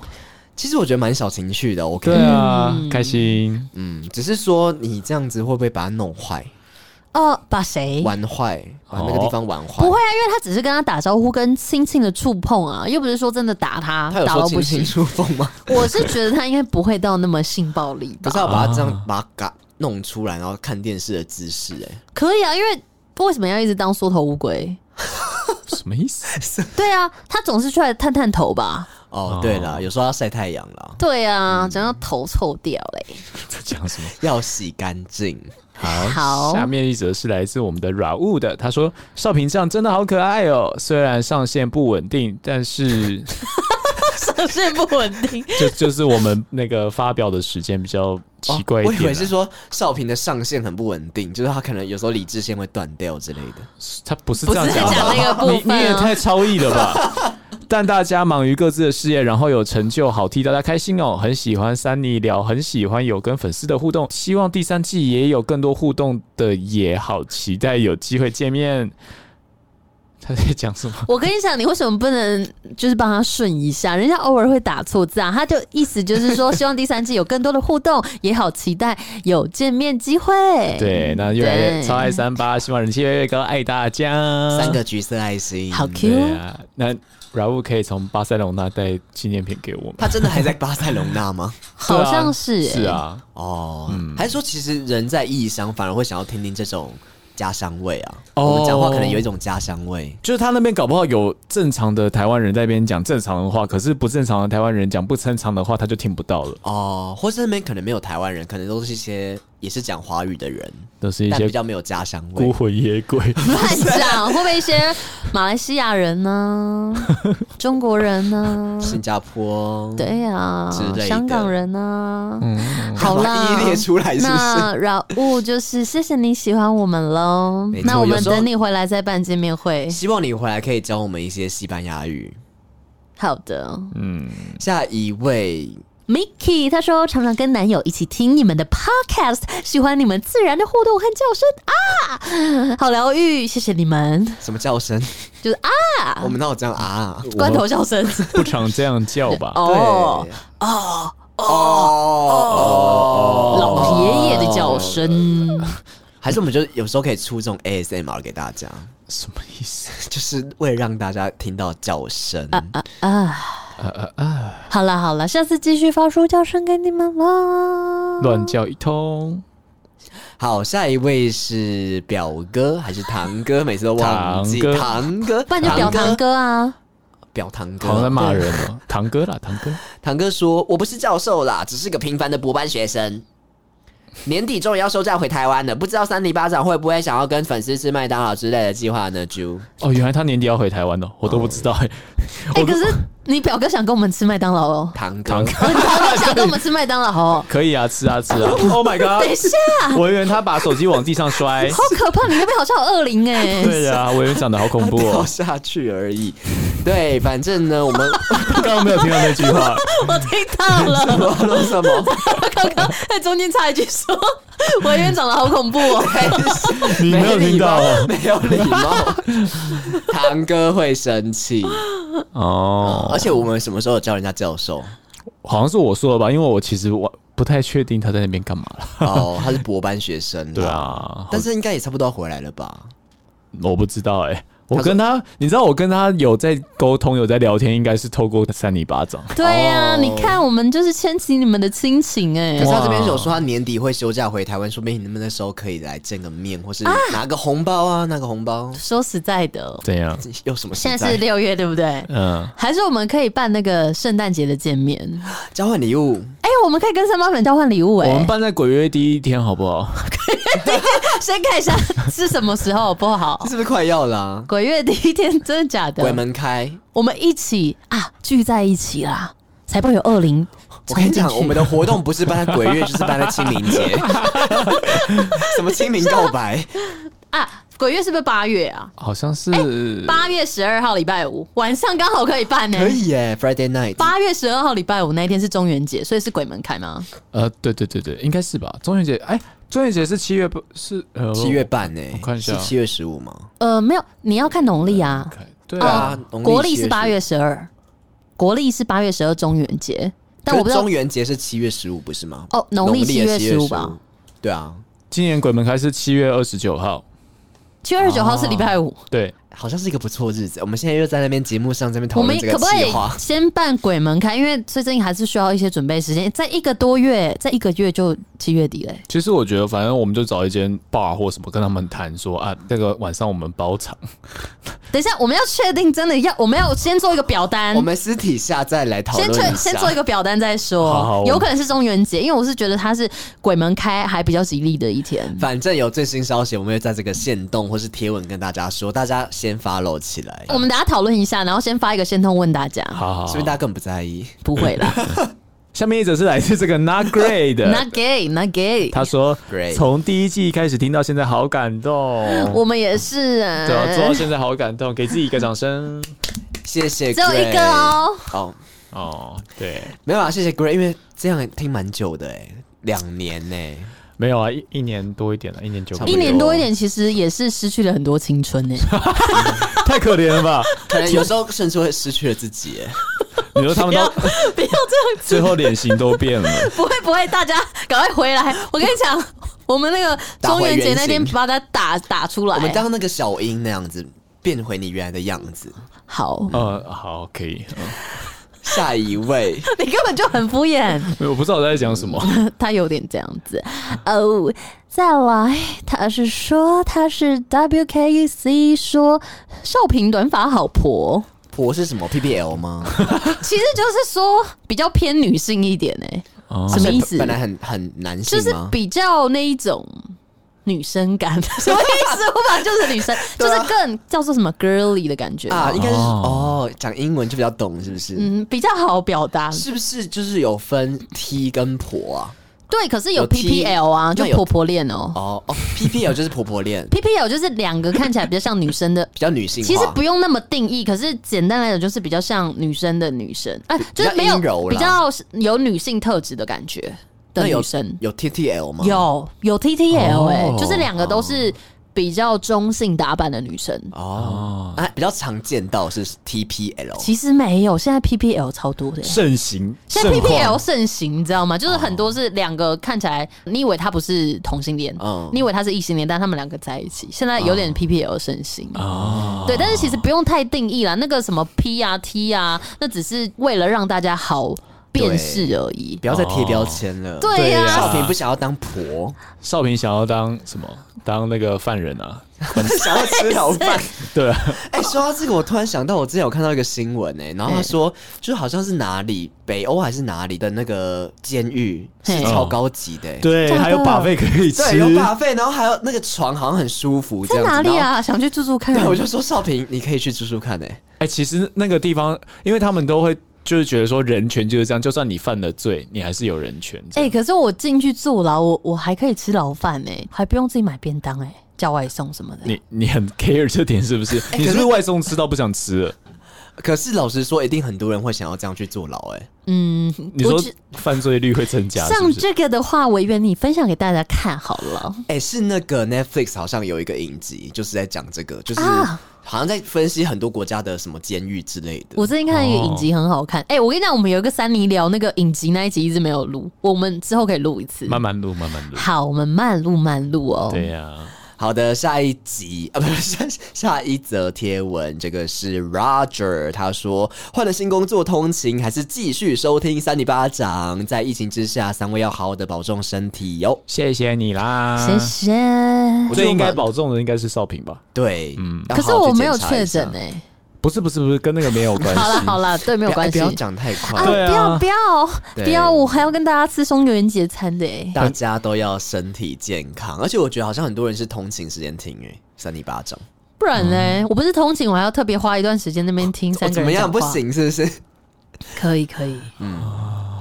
C: 其实我觉得蛮小情绪的，OK，
B: 对啊，开心。
C: 嗯，只是说你这样子会不会把他弄坏、
A: 哦，把谁？
C: 玩坏，把那个地方玩
B: 哦
C: 坏？
A: 不会，啊，因为他只是跟他打招呼，跟轻轻的触碰啊，又不是说真的打他，
C: 他有
A: 打
C: 说
A: 到不
C: 轻轻
A: 行。
C: 触
B: *laughs*
C: 碰吗？
A: 我是觉得他应该不会到那么性暴力吧
C: 可 *laughs* 是？要把他这
B: 啊
C: 样把他嘎弄出来，然后看电视的姿势、哎，
A: 可以啊，因为为什么要一直当缩头乌龟？
B: 什么意思？
A: 对啊，他总是出来探探头吧？
C: 哦，对了，有时候要晒太阳啦，
A: 对
B: 嗯
A: 啊，讲到头臭掉欸嘞。
B: 在讲什么？
C: 要洗干净。
A: 好， *laughs*
B: 下面一则是来自我们的软物的，他说：“少平这样真的好可爱哦，虽然上线不稳定，但是 *laughs*
A: 上线不稳定。
B: 就就是我们那个发表的时间比较奇怪一
C: 哦
B: 点、
C: 我
B: 啊
C: 以为是说少平的上限很不稳定，就是他可能有时候理智线会断掉之类的。
B: 他不是这样
A: 不是在讲那个部分啊
B: 你你也太超意了
A: *laughs*
B: 吧？但大家忙于各自的事业，然后有成就，好替大家开心哦。很喜欢三尼聊，很喜欢有跟粉丝的互动，希望第三季也有更多互动的也好，期待有机会见面。 *laughs* 他在讲什么？
A: 我跟你讲，你为什么不能就是帮他顺一下？人家偶尔会打错字啊，他就意思就是说，希望第三季有更多的互动，也好期待有见面机会。
B: 对，那越来越
A: 对
B: 超爱三八，希望人气越来越高，爱大家。
C: 三个橘色爱心，
A: 好
B: 对
A: Q，、
B: 啊，那软物可以从巴塞隆纳带纪念品给我们。
C: 他真的还在巴塞隆纳吗？
A: 好像是、
B: 对啊是
A: 欸，
B: 啊，
C: 哦，还是说其实人在异乡反而会想要听听这种家乡味啊？
B: 哦
C: 我们讲话可能有一种家乡味。
B: 就是他那边搞不好有正常的台湾人在那边讲正常的话，可是不正常的台湾人讲不正常的话，他就听不到了。
C: 哦，或是那边可能没有台湾人，可能都是一些也是讲华语的人，
B: 都是一
C: 但
B: 些
C: 比较没有家乡味
B: 孤。魂野鬼。
A: 乱讲，会不会一些马来西亚人
B: *laughs*
A: 呢、中国人呢、
C: 新加坡， *laughs*
A: 对呀、
C: 之类的
A: 香港人呢、好
C: 干
A: 啦
C: 嘛，一一列出来是不是？
A: 那饶物就是谢谢你喜欢我们喽
C: 没，错
A: 那我
C: 有
A: 们
C: 时候
A: 等你回来再办见面会。
C: 希望你回来可以教我们一些西班牙语。
A: 好的
B: 嗯，
C: 下一位，
A: ，Mickey 他说常常跟男友一起听你们的 podcast，喜欢你们自然的互动和叫声啊，好疗愈，谢谢你们，
C: 什么叫声？
A: 就是啊，
C: 我们哪有这样啊？
A: 关头笑声
B: *laughs* 不常这样叫吧？
A: 哦，
C: 对哦哦哦哦
A: 老爷爷的叫声，
C: 还是我们就有时候可以出这种 ASMR 给大家，
B: *laughs*
C: *laughs*
B: 什么意思？
C: 就是为了让大家听到叫声。
A: 呃啊好了好了，下次继续发出叫声给你们啦。
B: 乱叫一通，
C: 好，下一位是表哥还是堂哥？每次都忘记
B: 堂哥
C: 堂哥，
A: 不然就表堂哥啊。
C: 表堂哥，
B: 好像在骂人哦。堂哥啦， *laughs* 堂哥，
C: 堂哥说：“我不是教授啦，只是个平凡的博班学生。年底终于要休假回台湾了，不知道三里巴掌会不会想要跟粉丝吃麦当劳之类的计划呢？”啾，
B: 哦，原来他年底要回台湾哦，我都不知道哎。
A: 哎、
B: 我
A: 可是你表哥想跟我们吃麦当劳
C: *laughs*
A: 哦，
C: 堂
B: 堂
C: 哥
B: 哥，
A: 你表哥想跟我们吃麦当劳哦。
B: 可以啊，吃啊 *laughs* 吃啊。Oh my
A: 等一
B: god！
A: 下，
B: 我以为他把手机往地上 *laughs* 摔。
A: 好可怕！你那边好像有恶灵哎。
B: 对呀，我以为长得好恐怖 *laughs*
C: 掉
B: 哦。
C: 下去而已。对，反正呢，我们 *laughs*
B: 刚刚没有听到那句话，
A: 我听到
C: *laughs*
A: 了，
C: 我说什么？
A: 刚刚在中间插一句说，委员长得好恐怖哦。
B: 你没有听到哦
C: 没有礼貌， *laughs* 堂哥会生气。
B: 哦。
C: 而且我们什么时候有叫人家教
B: *laughs*
C: 授？
B: 好像是我说的吧，因为我其实我不太确定他在那边干嘛了。
C: 哦，他是博班学生。
B: 对，啊，
C: 但是应该也差不多要回来了吧？
B: 我不知道哎、我
C: 他说
B: 跟他，你知道我跟他有在沟通，有在聊天，应该是透过扇你巴掌。
A: *laughs* 对呀、
C: 哦
A: 你看我们就是牵起你们的亲情哎、
C: 可是他这边
B: 哇
C: 有说他年底会休假回台湾，说不定你们那时候可以来见个面，或是拿个红包啊，拿个红包。
A: 说实在的，哦
B: 怎样？
C: 有什么实
A: 现在是六月对不对？
B: 嗯，
A: 还是我们可以办那个圣诞节的见面？
C: 交换礼物？
A: 哎、我们可以跟三八粉交换礼物哎、
B: 嗯我们办在鬼月第一天好不好？
A: 先看一下是什么时候好不好？
C: 是不是快要啦、
A: 鬼月第一天真的假
B: 哦
A: 的？
C: 鬼门
B: 啊
C: 开！
A: 我们一起啊，聚在一起啦，才不会有恶灵
C: 我跟
A: 冲
C: 你
A: 进
C: 讲，我们
A: 去。
C: 的活动不是办在鬼月，就是办在清明
B: *laughs*
C: 节。什么清明告 *laughs* 白？
A: 啊，鬼月是不是八月啊？
B: 好像是
C: 哎
A: 八月十二号礼拜五晚上刚好可以办呢、
C: 可以耶，Friday night。
A: 八月十二号礼拜五那一天是中元节，所以是鬼门开吗？
B: 呃，对对对对，应该是吧。中元节，哎，中元节是七月不？是呃
C: 七月半呢、欸
B: 我看一下
C: 是七月十五吗？
A: 呃，没有，你要看农历啊。
B: 开对
A: 哦
B: 啊，
C: 啊农历
A: 国历是
C: 7
A: 八月十二，国历是八月十二中元节，但我不
C: 可
A: 知
C: 是
A: 道
C: 中元节是七月十五，不是吗？
A: 哦，农历
C: 农历
A: 七
C: 的
A: 月
C: 7月
A: 十五
C: 15
A: 吧，？
C: 对啊，
B: 今年鬼门开是七月二十九号。
A: 七月二十九号是礼拜五。
C: 啊
B: 对，
C: 好像是一个不错的日子。我们现在又在那边节目上这边讨
A: 我
C: 论
A: 们
C: 这
A: 可
C: 个
A: 不可
C: 计
A: 以
C: 划。
A: 先办鬼门开？因为最近还是需要一些准备时间，在一个多月，在一个月就七月底嘞、
B: 其实我觉得，反正我们就找一间 bar 或什么，跟他们谈说啊，那个晚上我们包场。
A: 等一下，我们要确定真的要，我们要先做一个表单
C: 我。们私底下再来讨论
A: 先
C: 一
A: 确
C: 下。
A: 先做一个表单再说，
B: 好好我
A: 有可能是中元节，因为我是觉得它是鬼门开还比较吉利的一天。
C: 反正有最新消息，我们会在这个线动或是贴文跟大家说，大家先 follow 起来。
A: 我们大家讨论一下，然后先发一个先通问大家，
B: 好好
C: 是
B: 好
C: 不是大家根本不在意？
A: 不会啦
B: 下面一则是来自这个 Not Great 的
A: *laughs* ，not gay not gay，
B: 他说
C: Great
B: 从第一季开始听到现在，好感动。
A: 我们也是、啊，
B: 对啊，做到现在好感动，给自己一个
A: *laughs*
B: 掌声。
C: 谢谢，
A: 只有一个。哦。
C: 哦，
B: 哦，对，
C: 没有啊，谢谢 Gray，因为这样听蛮久的哎、两年欸呢、
B: 没有啊，一一年多一点了，一年九个
C: 差不
A: 一
B: 月，
A: 年多一点，其实也是失去了很多青春欸呢、
B: *laughs* 太可怜
A: *laughs*
B: 了吧？
C: 可能有时候甚至会失去了自己、欸。
B: 你说他们
A: 不要
B: 都
A: 不要这样子，
B: 最后脸型都变 *laughs* 了，
A: 不会不会，大家赶快回来！我跟你讲，我们那个中元节那天把它打打出来
C: 我，们当那个小樱那样子，变回你原来的样子。
A: 好，
B: 呃，好，可以，
C: 下一位，
A: 你根本就很敷衍。 *laughs*
B: 嗯我不知道我在讲什么，
A: 他有点这样子哦。再来，他是说他是 WKC 说少平短发好婆，
C: 婆是什么 PPL 吗？
A: 其实就是说比较偏女性一点哎、
B: 哦
A: *laughs* 什么意思？
C: 本来很很男性
A: 就是
C: 吗？
A: 比较那一种女生感， *laughs* 什么意思？我本来就是女
C: *laughs*
A: 生，就是更叫做什么 girly 的感觉
C: 啊，应该是
B: 哦
C: 哦，讲英文就比较懂，是不是？
A: 嗯，比较好表达。
C: 是不是就是有分 T 跟婆啊？
A: 对，可是有
C: 有 T-
A: PPL 啊，就
C: 那有
A: 婆婆恋哦。
C: 哦哦，PPL 就是婆婆
A: *laughs*
C: 恋，
A: PPL 就是两个看起来比较像女生的
C: 比较女性化。
A: 其实不用那么定义，可是简单来讲就是比较像女生的女生，哎、就是没有
C: 比较阴柔啦
A: 比较有女性特质的感觉的
C: 那有
A: 女生，
C: 有 TTL 吗？
A: 有有 TTL 哎、
B: 哦
A: 就是两个都是比较中性打扮的女生。
C: 哦，哎、比较常见到是 TPL，
A: 其实没有，现在 PPL 超多的耶。
B: 盛行，
A: 现在
B: 盛况
A: PPL 盛行，你知道吗？
C: 哦
A: 就是很多是两个看起来，你以为他不是同性恋，
C: 嗯
A: 你以为他是异性恋，但他们两个在一起。现在有点 PPL 盛行，
B: 哦
A: 对，但是其实不用太定义啦。那个什么 P 啊 T 啊，那只是为了让大家好辨识而已
C: 不。要再贴标签了。
A: 对啊呀、
B: 对
C: 少
B: 呀
C: 平不想要当
A: *laughs*
C: 婆，
B: 少平想要当什么？当那个犯人啊？
C: 想要吃牢饭。
B: 对啊，
C: 哎、说到这个，我突然想到，我之前有看到一个新闻哎、然后他说，就好像是哪里北欧还是哪里的那个监狱是
A: 嘿
C: 超高级的、欸，
B: 对，
A: 真的
B: 还有把费可以吃
C: 对，，有把费，然后还有那个床好像很舒服，这
A: 在
C: 样子
A: 哪里？
C: 然后 *laughs*
A: 啊？想去住住看。
C: 对，我就说少平，你可以去住住看哎、
B: 哎、其实那个地方，因为他们都会就是觉得说人权就是这样，就算你犯了罪，你还是有人权。
A: 哎、可是我进去坐牢，我我还可以吃牢饭呢、哎还不用自己买便当哎、叫外送什么的。
B: 你你很 care 这点是不是？
A: 哎
B: 你是不是外送吃到不想吃了？
C: 可是老实说，一定很多人会想要这样去坐牢哎、
A: 嗯，
B: 你
A: 我
B: 说
A: 只
B: 犯罪率会增
C: 啊
B: 加，是
A: 像
B: 不是？
A: 这个的话，我愿意分享给大家看好了。
C: 哎、是那个 Netflix 好像有一个影集，就是在讲这个，就是
A: 啊
C: 好像在分析很多国家的什么监狱之类的。
A: 我最近看了一个影集，很好
B: 哦
A: 看。哎、我跟你讲，我们有一个三尼聊那个影集那一集一直没有录，我们之后可以录一次。
B: 慢慢录，慢慢录。
A: 好，我们慢录慢录哦。
B: 对啊呀、
C: 好的，下一集啊，不是下下一则贴文，这个是 Roger，他说换了新工作通勤，还是继续收听三里巴掌。在疫情之下，三位要好好的保重身体哟、
B: 谢谢你啦。
A: 谢谢。
B: 我觉得应该保重的应该是少平吧？
C: 对，嗯，
B: 啊
A: 可是我没有确诊
C: 哎、
A: 哎。
B: 不是不是不是，跟那个没有
A: *laughs*
B: 关系。
A: 好了好了，对，没
C: 没
A: 有关系。
B: 哎
C: 不要讲太快。
A: 啊！不
B: 对啊
A: 要不要
C: 对
A: 不要！我还要跟大家吃松原节餐的哎。
B: 嗯
C: 大家都要身体健康，而且我觉得好像很多人是通勤时间听诶、三里巴掌
A: 不然呢？我不是通勤，我还要特别花一段时间那边听
C: 我
A: 三个
C: 怎
A: 人
C: 么样
A: 讲话
C: 不，行是不是？
A: 可以可以，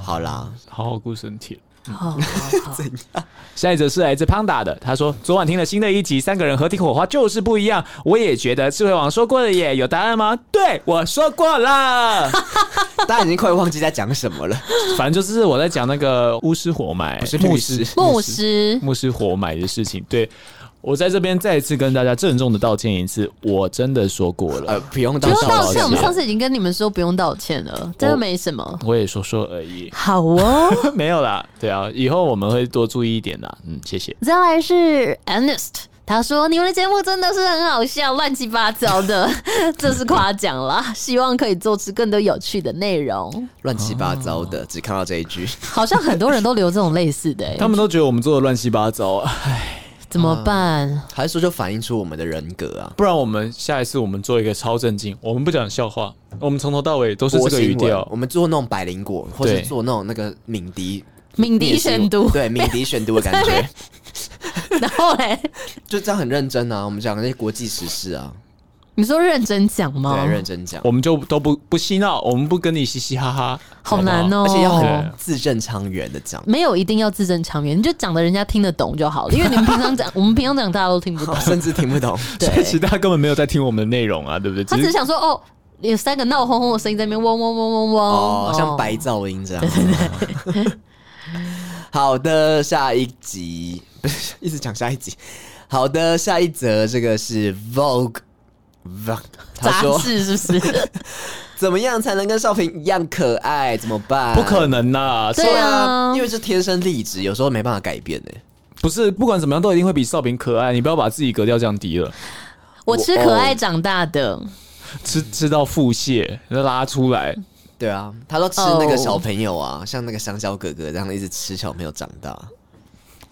C: 好啦，
B: 好好顾身体。
C: 嗯
A: 好好
C: *laughs*
A: 好，
B: 下一则是来自胖达的，他说昨晚听了新的一集，三个人合体火花就是不一样。我也觉得智慧王说过了耶，有答案吗？对我说过了，
C: 大家已经快忘记在讲什么了，
B: 反正就是我在讲那个巫师活埋，
C: 不是
B: 牧
C: 律
B: 师
C: 师，
A: 牧师
B: 牧师活埋的事情。对我在这边再次跟大家郑重的道歉一次，我真的说过了。
C: 呃，不用
A: 不
C: 到
A: 用道
B: 道
A: 歉，
B: 歉
A: 我们上次已经跟你们说不用道歉了，真的没什么。
B: 我也说说而已， *laughs*
A: 好哦，
B: 没有啦。对啊，以后我们会多注意一点啦。嗯，谢谢。
A: 再来是 Ernest，他说你们的节目真的是很好笑，乱七八糟的， *laughs* 这是夸奖啦。希望可以做出更多有趣的内容。
C: 乱七八糟
B: 哦
C: 的，只看到这一句。 *laughs*
A: 好像很多人都留这种类似的、欸，
B: 他们都觉得我们做的乱七八糟啊， *laughs*
A: 怎么办？
C: 还是说就反映出我们的人格啊？
B: 不然我们下一次我们做一个超正经，我们不讲笑话，我们从头到尾都是这
C: 国
B: 个
C: 新
B: 语
C: 闻
B: 调
C: 我。们做那种百灵果，或是
B: 对
C: 做那种那个敏迪。
A: 敏迪选读
C: 对敏迪选读的感觉，
B: *laughs*
C: 嗯
A: *laughs* 然后嘞，
C: 就这样很认真啊。我们讲那些国际时事啊，
A: 你说认真讲吗
B: 哦
C: 对，？认真讲，
B: 我们就都不不嬉闹，我们不跟你嘻嘻哈哈，
A: 好
B: 不
A: 难哦、
C: 而且要
B: 对
C: 很字正腔圆的讲。 *laughs*
A: 没有一定要字正腔圆，你就讲的人家听得懂就好了。因为你们平
C: *laughs*
A: 常讲，我们平常讲大家都听不懂
C: 我。甚至听不懂，
A: 对
B: 所以其实大家根本没有在听我们的内容啊，对不对？
A: 他只是
B: 是
A: 想说，哦，有三个闹哄哄的声音在那边嗡嗡嗡嗡嗡，
C: 哦，像白噪音这样。 *laughs* 好的，下一集 *laughs* 不是一直讲下一集。好的，下一则这个是 Vogue。Vogue，他
A: 杂
C: 说
A: 志是不是？
C: 怎么样才能跟少平一样可爱？怎么办？
B: 不可能呐、
A: 对
C: 对
A: 啊
C: 啊，因为是天生丽质，有时候没办法改变的。
B: 不是不管怎么样都一定会比少平可爱，你不要把自己格调降低了，
A: 我吃可爱长大的，
B: 吃
C: 嗯
B: 吃到腹泻拉出来，
C: 对啊，他说吃那个小朋友啊像那个香蕉哥哥这样一直吃小朋友长大。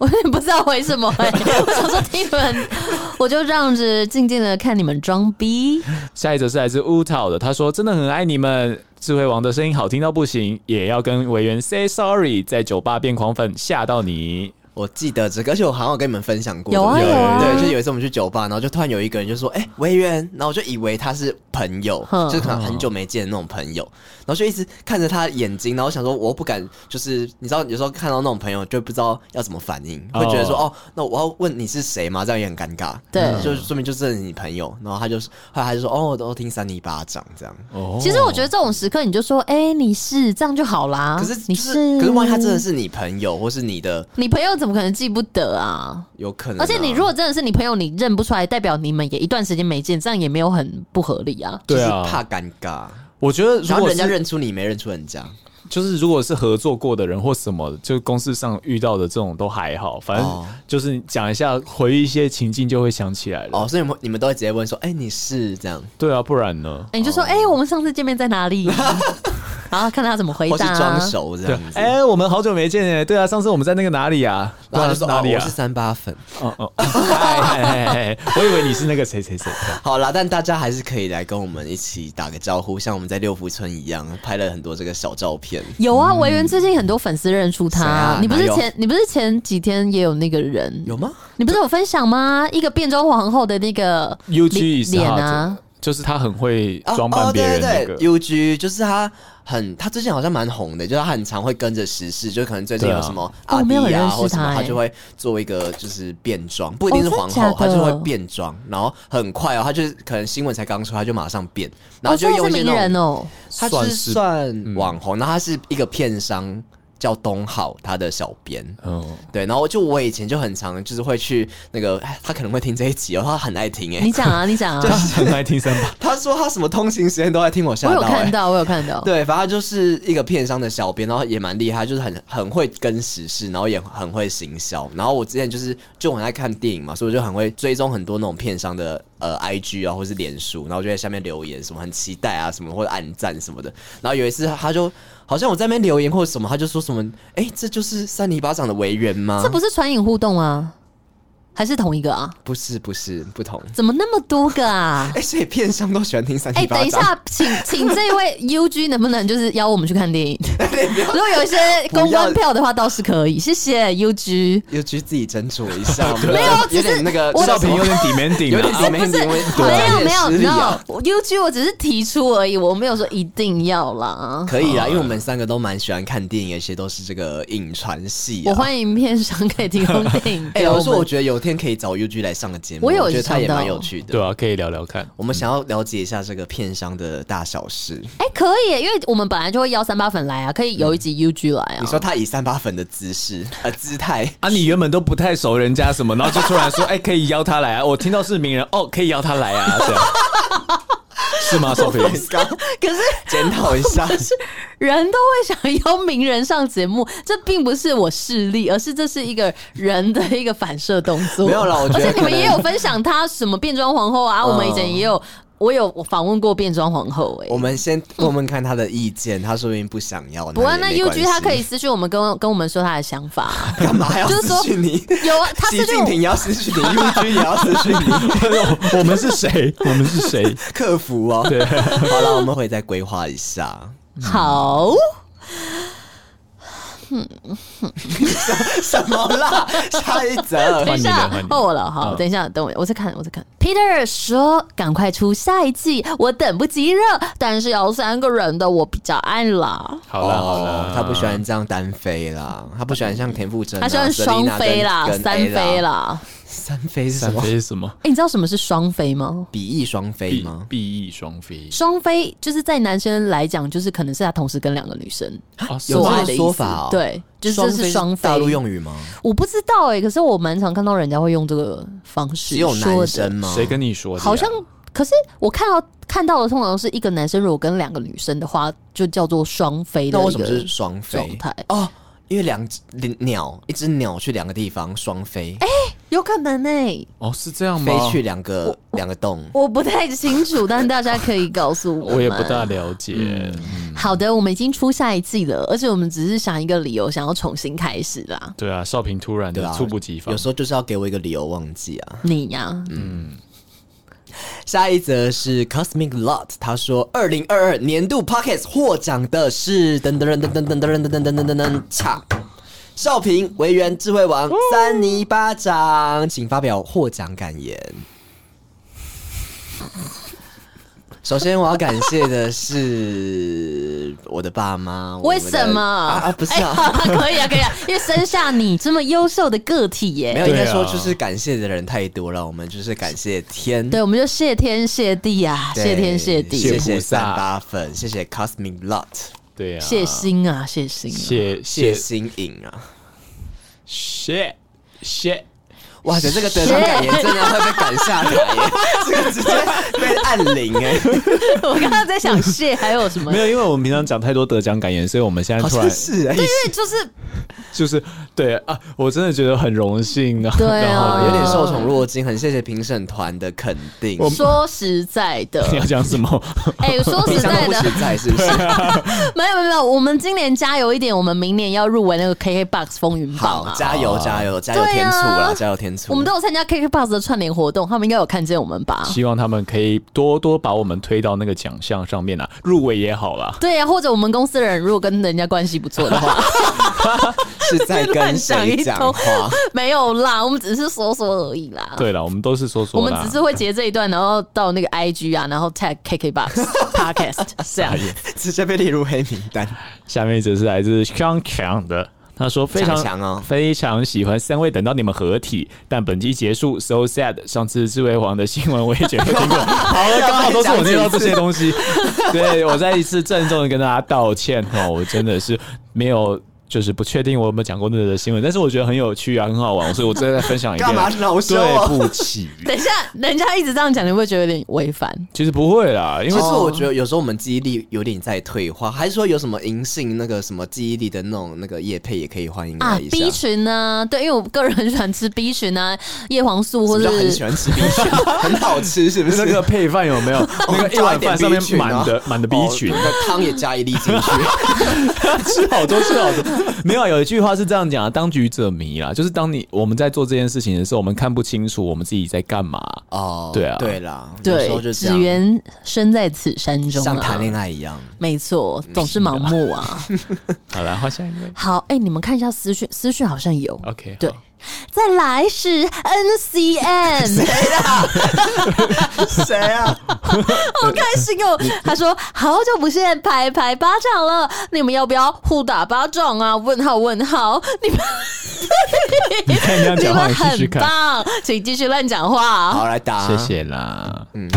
A: *laughs* 我也不知道为什么、欸。 *laughs* 我想说听你们， *laughs* 我就这样子静静的看你们装逼。
B: 下一则是来自乌草的，他说：“真的很爱你们，智慧王的声音好听到不行，也要跟委员 say sorry，在酒吧变狂粉，吓到你。
C: 我记得这个，而且我好像有跟你们分享过。
A: 有啊
C: 对不对
A: 有啊
C: 对，就有一次我们去酒吧，然后就突然有一个人就说：“哎、维园。”然后我就以为他是朋友，
A: 哼
C: 就是可能很久没见的那种朋友，然后就一直看着他的眼睛，然后我想说，我不敢，就是你知道，有时候看到那种朋友就不知道要怎么反应，
B: 哦
C: 会觉得说：“哦，那我要问你是谁吗？”这样也很尴尬。
A: 对
C: 就是说明就是你朋友。然后他就是后来他就说：“哦，我都听三尼巴掌这样。”
B: 哦
A: 其实我觉得这种时刻，你就说，哎、你是这样就好啦。
C: 可是
A: 啊你
C: 就是，可是万一他真的是你朋友，或是你的
A: 你朋友怎么可能记不得啊？
C: 有可能啊、
A: 而且你如果真的是你朋友，你认不出来，代表你们也一段时间没见，这样也没有很不合理啊。
C: 就是
B: 对啊
C: 怕尴尬，
B: 我觉得如
C: 然后
B: 果
C: 人家
B: 是
C: 认出你没认出人家，
B: 就是如果是合作过的人或什么，就公司上遇到的这种都还好，反正
C: 哦
B: 就是讲一下，回忆一些情境就会想起来了。
C: 哦，所以你们你们都会直接问说，哎、你是这样，
B: 对啊，不然呢？
A: 你
C: 哦
A: 就说，哎、我们上次见面在哪里？ *laughs* 然后看他怎么回
C: 或是
A: 答、啊。
C: 装熟这
B: 对
C: 样，子，
B: 哎、我们好久没见哎，对啊，上次我们在那个哪里啊？
C: 然后就说、
B: 哪
C: 哦，
B: 里
C: 我
B: 啊
C: 是？三八粉。
B: 哦哦， *laughs* 嗨嗨嗨嗨，哎我以为你是那个谁谁谁。
C: 好啦，但大家还是可以来跟我们一起打个招呼，像我们在六福村一样，拍了很多这个小照片。
A: 有啊，维园最近很多粉丝认出他、
C: 谁啊
A: 你不
C: 哪
A: 是
C: 有
A: 前你不是前几天也有那个人，
C: 有吗？
A: 你不是有分享吗？一个变装皇后的那个
B: U
A: 脸
B: G
A: 脸啊，
B: 就是他很会
C: 哦
B: 装扮别人
C: 哦、
B: 那
C: 对
B: 个
C: 对。对，UG 就是他很，他最近好像蛮红的，就是他很常会跟着时事，就可能最近
B: 对啊
C: 有什么
A: 哦
C: 阿
A: 没
C: 迪
A: 有人
C: 啊、
A: 认识
C: 或什么
A: 他，
C: 他
A: 欸
C: 就会做一个就是变装，不一定是
A: 哦真的
C: 皇后，
A: 假的
C: 他就会变装，然后很快哦，他就是可能新闻才刚出，他就马上变，然后
A: 哦，
C: 就
A: 真的
C: 用
A: 是
C: 一些
A: 名
C: 那
A: 人
C: 种，
A: 哦。
C: 他就是算
B: 嗯
C: 网红，那、他是一个片商叫东浩，他的小编。
B: *laughs* 嗯，
C: 对，然后就我以前就很常就是会去那个，哎他可能会听这一集哦，他很爱听哎、
A: 你讲啊，你 *laughs* 讲
B: 他
A: 啊，
B: 很爱听三八。
C: 他说他什么通勤时间都在听我吓
A: 我有
C: 到、哎
A: 看到，我有看到。
C: 对，反正他就是一个片商的小编，然后也蛮厉害，就是很很会跟时事，然后也很会行销。然后我之前就是就很爱看电影嘛，所以我就很会追踪很多那种片商的呃 IG 啊，或是脸书，然后就在下面留言什么很期待啊什么，或者暗赞什么的。然后有一次他就好像我在那边留言或者什么，他就说什么，哎、这就是三里巴掌的维园吗？
A: 这不是传影互动啊，还是同一个啊？
C: 不是不是不同。
A: 怎么那么多个啊
C: 哎、？所以片商都喜欢听三
A: 哎、
C: 里巴
A: 等
C: 掌。
A: 一下， *laughs* 请请这位 UG 能不能就是邀我们去看
C: *laughs*
A: 电影？
C: 哎
A: 如果有一些公关票的话，倒是可以。谢谢 UG。
C: 又去自己斟酌一下，
A: *laughs* 没有只是
C: 有点那个
A: 我
B: 少
C: 少
B: 平
C: 平
B: 有点 demanding，
C: 有点
B: 啊
A: 哎不
C: demanding，
A: 是，
C: 我也
A: 没
C: 对
A: 有
C: 有点
A: 没有
C: 失礼啊
A: no，UG 我只是提出而已，我没有说一定要啦。
C: 可以啦，啊因为我们三个都蛮喜欢看电影，而且都是这个影传系、啊。
A: 我欢迎片商可以提供电影
C: *laughs* 哎、
A: 给我
C: 我说我
A: 们。
C: 觉得有天可以找 UG 来上个节目，
A: 我有
C: 觉得他也
A: 想到
C: 蛮有趣的。
B: 对啊，可以聊聊看。
C: 我们想要了解一下这个片商的大小事。
A: 哎、可以，因为我们本来就会邀三八粉来啊，可以有一集 UG 来啊。
C: 你说他以三八粉的姿势呃姿态， *laughs*
B: 啊，你原本都不太熟人家什么，然后就突然说，哎，可以邀他来啊！我听到是名人，哦，可以邀他来啊，这
C: *laughs*
B: 样是吗？少平，
A: 可是
C: 检讨
A: *laughs*
C: 一下。
A: 人都会想邀名人上节目，这并不是我势利，而是这是一个人的一个反射动作。
C: 没有啦我觉得
A: 而且你们
C: 可能嗯
A: 也有分享他什么变装皇后啊，我们以前也有，我有访问过变装皇后、欸，
C: 我们先问问看他的意见，他说不定不想要。
A: 不过那
C: 也没关
A: UG
C: 系
A: 他可以私讯我们跟跟我们说他的想法，
C: *laughs* 干嘛要
A: 就是说
C: 私讯你？
A: 有啊，他
C: 习
A: 私讯
C: 近
A: 我
C: 平也要私
A: *laughs*
C: 讯你，UG 也要私讯你。 *laughs*
B: 我我们是谁？我们是谁？
C: 客服哦。对， *laughs* 好了，我们会再规划
A: *laughs*
C: 一下。
A: 好，
C: 什么啦？下一 *laughs* 则
A: 等一下
B: 换你了换你了
A: 换我了，好，
B: 嗯
A: 等一下，等我，我在看，我在看。Peter 说：“赶快出下一季，我等不及了，但是有三个人的我比较爱啦。”
B: 好了好了
C: 哦，他不喜欢这样单飞啦，他不喜欢像田馥甄
A: 他
C: 啊、
A: 喜欢双飞啦
C: Selina 跟，
A: 三飞，
C: 跟 Ella
A: 啦。
C: 三飞是什
B: 三
C: 么？
B: 飞是什么？
A: 哎、你知道什么是双飞吗？
C: 比翼双飞
B: 必
C: 吗？
B: 必翼双飞
A: 双飞就是在男生来讲，就是可能是他同时跟两个女生
B: 啊，是
C: 有
A: 做
C: 这
A: 爱
C: 个
A: 的意
C: 说
A: 思。
C: 法哦
A: 对，就是这是双飞。
C: 大陆用语吗？
A: 我不知道哎、可是我蛮常看到人家会用这个方式
C: 只有
A: 说
C: 男
A: 的
C: 生吗？
B: 谁跟你说
C: 啊
B: 的呀？
A: 好像，可是我看到看到的通常是一个男生如果跟两个女生的话，就叫做双飞的
C: 那为
A: 一
C: 什么是
A: 个
C: 双
A: 状
C: 飞？
A: 态。
C: 哦，因为两只鸟，一只鸟去两个地方双飞，
A: 哎有可能哎、
B: 哦，是这样吗？
C: 飞去两个两个洞。
A: 我不太清楚，但大家可以告诉我。
B: 我也不大。了解。
A: 好的，我们已经出下一季了，而且我们只是想一个理由，想要重新开始啦。
B: 对啊，少平突然
C: 对
B: 的
C: 啊，
B: 猝不及防
C: 有。时候就是要给我一个理由忘记啊。
A: 你呀、
C: 下一则是 Cosmic Lot，他说二零二二年度 Pockets 获奖的是噔噔噔噔噔噔噔噔噔噔噔噔噔恰。少平、维园、智慧王、三尼巴掌，请发表获奖感言。首先，我要感谢的是我的爸妈。我
A: 为
C: 们的
A: 什么？
C: 啊？啊不是
A: 哎 *laughs*
C: 啊，
A: 好可以啊，可以啊，因为生下你这么优秀的个体耶、
C: 没有，应该
B: 对啊
C: 说就是感谢的人太多了。我们就是感谢天，
A: 对，我们就谢天谢地啊，
C: 对
A: 谢天谢
C: 谢
A: 地，
B: 谢
C: 谢
B: 菩萨
C: 三八粉，谢谢 Cosmic Lot。
B: 对啊，
A: 谢心啊，谢心、啊。
B: 谢
C: 谢
B: 谢
C: 新颖啊，
B: 谢 shit。
C: 哇塞，这个得奖感言真的会被赶下台 *laughs* 耶，这个直接被按铃哎。
A: *laughs* 我刚刚在想谢还有什么？
B: 没有，因为我们平常讲太多得奖感言，所以我们现在
C: 好
B: 突然
C: 像是哎、
A: 因为就是
B: 就是对啊，我真的觉得很荣幸啊。
A: 对啊
B: 然后
C: 有点受宠若惊，很谢谢评审团的肯定。
B: 我
A: 说实在
B: *laughs*
A: 的，
B: 你要讲什么？
A: 哎、说
C: 平
A: 实
C: 常
A: 在
C: 都不
A: 的，
C: 实在，是不是？
A: 没有没有没有，我们今年加油一点，我们明年要入围那个 KKBOX 风云榜
C: 好，
A: 啊。
C: 加油加油加油
A: 对
C: 添
A: 啊
C: 醋啦，加油添醋。
A: 我们都有参加 KKBOX 的串联活动，他们应该有看见我们吧？
B: 希望他们可以多多把我们推到那个奖项上面啊，入围也好啦。
A: 对呀、啊或者我们公司的人如果跟人家关系不错的话，
C: 是在跟谁讲
A: 乱讲
C: 话？
A: 没有啦，我们只是说说而已啦。，
B: 对了，我们都是说
A: 我
B: 说
A: 们
B: 啦
A: 只。是会截这一段，然后到那个 IG 啊，然后 tag KKBOX podcast 这样。
C: 直接被列入黑名 *laughs* 单。
B: 下面一则是来自康强的，他说非常
C: 强强哦
B: 非常喜欢三位，等到你们合体，但本集结束，so sad。上次智慧王的新闻我也觉得
C: *laughs*
B: 听过，
C: 啊
B: 好了，刚好都是我念到这些东西，对我再一次郑重的跟大家道歉哦，我真的是没有。就是不确定我有没有讲过那个新闻，但是我觉得很有趣啊，很好
C: *laughs*
B: 玩，所以我真的再分享一遍。
C: 干嘛恼羞啊
B: 对不起，
A: 等一下，人家一直这样讲，你会不会觉得有点违反？
B: 其实不会啦，因
C: 其 *laughs*
B: 为
C: 实我觉得有时候我们记忆力有点在退化，还是说有什么银杏那个什么记忆力的那种那个叶配也可以欢迎
A: 啊
C: 来一
A: ，B
C: 下。
A: 群呢、对，因为我个人很喜欢吃 B 群啊， *laughs* 叶黄素或
C: 我
A: 是
C: 就很喜欢吃冰淇淋，很好吃，是不是？
B: 那个配饭有没有 *laughs* 那个一碗饭上面
C: 加一点 B 群哦
B: 满的满的 B 群啊
C: 哦，那汤也加一粒
B: *laughs*
C: 进去。
B: 吃好多，吃好多。没有，有一句话是这样讲啊，当局者迷啦，就是当你我们在做这件事情的时候，我们看不清楚我们自己在干嘛。
C: 哦，
B: 对啊
C: 对啦，有时候
A: 对，
C: 就这
A: 只
C: 样，
A: 缘身在此山中
C: 像谈
A: 啊，
C: 恋爱嗯一样。
A: 没错，总是盲目啊。
B: 好了，换下一位。
A: *laughs* 好，哎、你们看一下私讯，私讯好像有
B: OK，
A: 对
B: 好，
A: 再来是
C: *laughs*
A: NCN，
C: 谁啊？
A: 好开心哦！他说好久不见，拍拍巴掌了，你们要不要互打巴掌啊？问号问号，你们
B: 你看人
A: 你
B: 家讲话，
A: 们
B: 你试试
A: 很
B: 看。
A: 棒，请继续乱讲话啊。
C: 好，来打。
B: 谢。谢啦。嗯。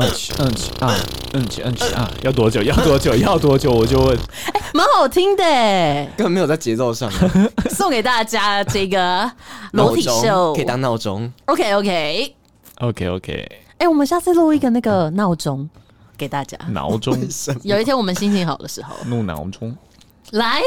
B: 嗯去嗯去啊嗯去嗯去啊！要多久？要多久？要多久？我就问。
A: 蛮好听的欸，
C: 根本没有在节奏上，啊
A: 送给大家这
C: *laughs*
A: 个裸体
C: 闹钟
A: 秀
C: 可以。当闹钟。
A: OK OK，
B: OK OK，
A: 哎、我们下次录一个那个闹钟给大
C: 嗯
A: 家。
B: 脑中
C: 什么
A: 有一天我们心情好的
C: *laughs*
A: 时候，
B: 怒脑中。
A: 来，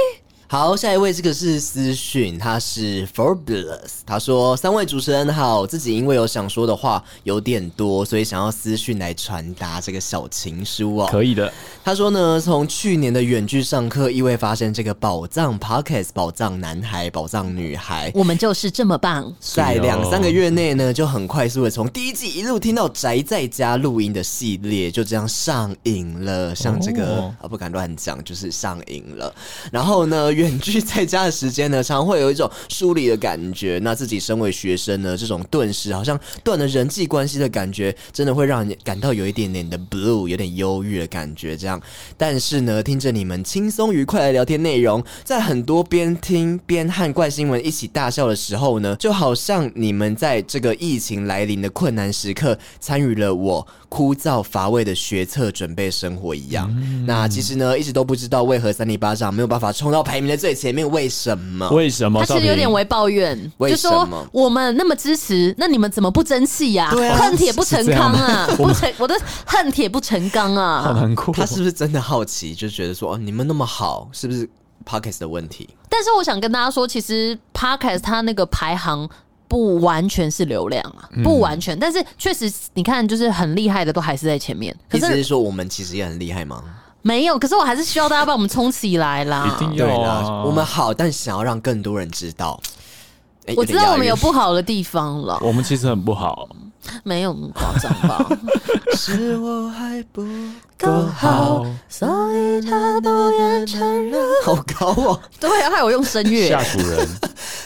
C: 好，下一位这个是私讯，他是 Forbulous，他说三位主持人好，自己因为有想说的话有点多，所以想要私讯来传达这个小情书哦。
B: 可以的，
C: 他说呢，从去年的远距上课，意外发现这个宝藏 Pockets 宝藏男孩、宝藏女孩。
A: 我们就是这么棒。
B: 哦
C: 在两三个月内呢，就很快速的从第一季一路听到宅在家录音的系列，就这样上瘾了。像这个、
B: 哦
C: 啊，不敢乱讲，就是上瘾了。然后呢，远距在家的时间呢，常会有一种疏离的感觉。那自己身为学生呢，这种顿时好像断了人际关系的感觉，真的会让人感到有一点点的 blue，有点忧郁的感觉。这样，但是呢，听着你们轻松愉快的聊天内容，在很多边听边和怪新闻一起大笑的时候呢，就好像你们在这个疫情来临的困难时刻，参与了我枯燥乏味的学测准备生活一样。那其实呢，一直都不知道为何三里巴掌没有办法冲到排名的最前面，为什么？
B: 为什么？
A: 他其
B: 少
A: 实
B: 平
A: 有点为抱怨，
C: 为
A: 就
C: 什么
A: 说我们那么支持，那你们怎么不争气呀、
C: 对啊
A: 恨铁不成
B: 是这
A: 钢
B: 样
A: 啊！ *laughs* 不成，我的恨铁不成钢
B: 好
A: 啊！
B: 难过。
C: 他是不是真的好奇，就觉得说，哦，你们那么好，是不是 Pockets 的问题？
A: 但是我想跟大家说，其实 Podcast 它那个排行。不完全是流量啊，
C: 嗯
A: 不完全，但是确实，你看，就是很厉害的都还是在前面。可
C: 意思
A: 是
C: 是说我们其实也很厉害吗？
A: 没有，可是我还是需要大家帮我们冲起来啦。
B: 一定
C: 对
B: 要
C: 啦
B: 啊，，
C: 我们好，但想要让更多人知道。诶
A: 我知道我们有，
C: 点 *laughs*
A: 不好的地方了，
B: 我们其实很不好。
A: 没有那么夸张吧？
C: 押韵是我还不
A: 够
B: 好，
A: 所以他不愿承认。
C: 好高哦。
A: 对啊，还有用声乐
C: *laughs*
B: 下，属人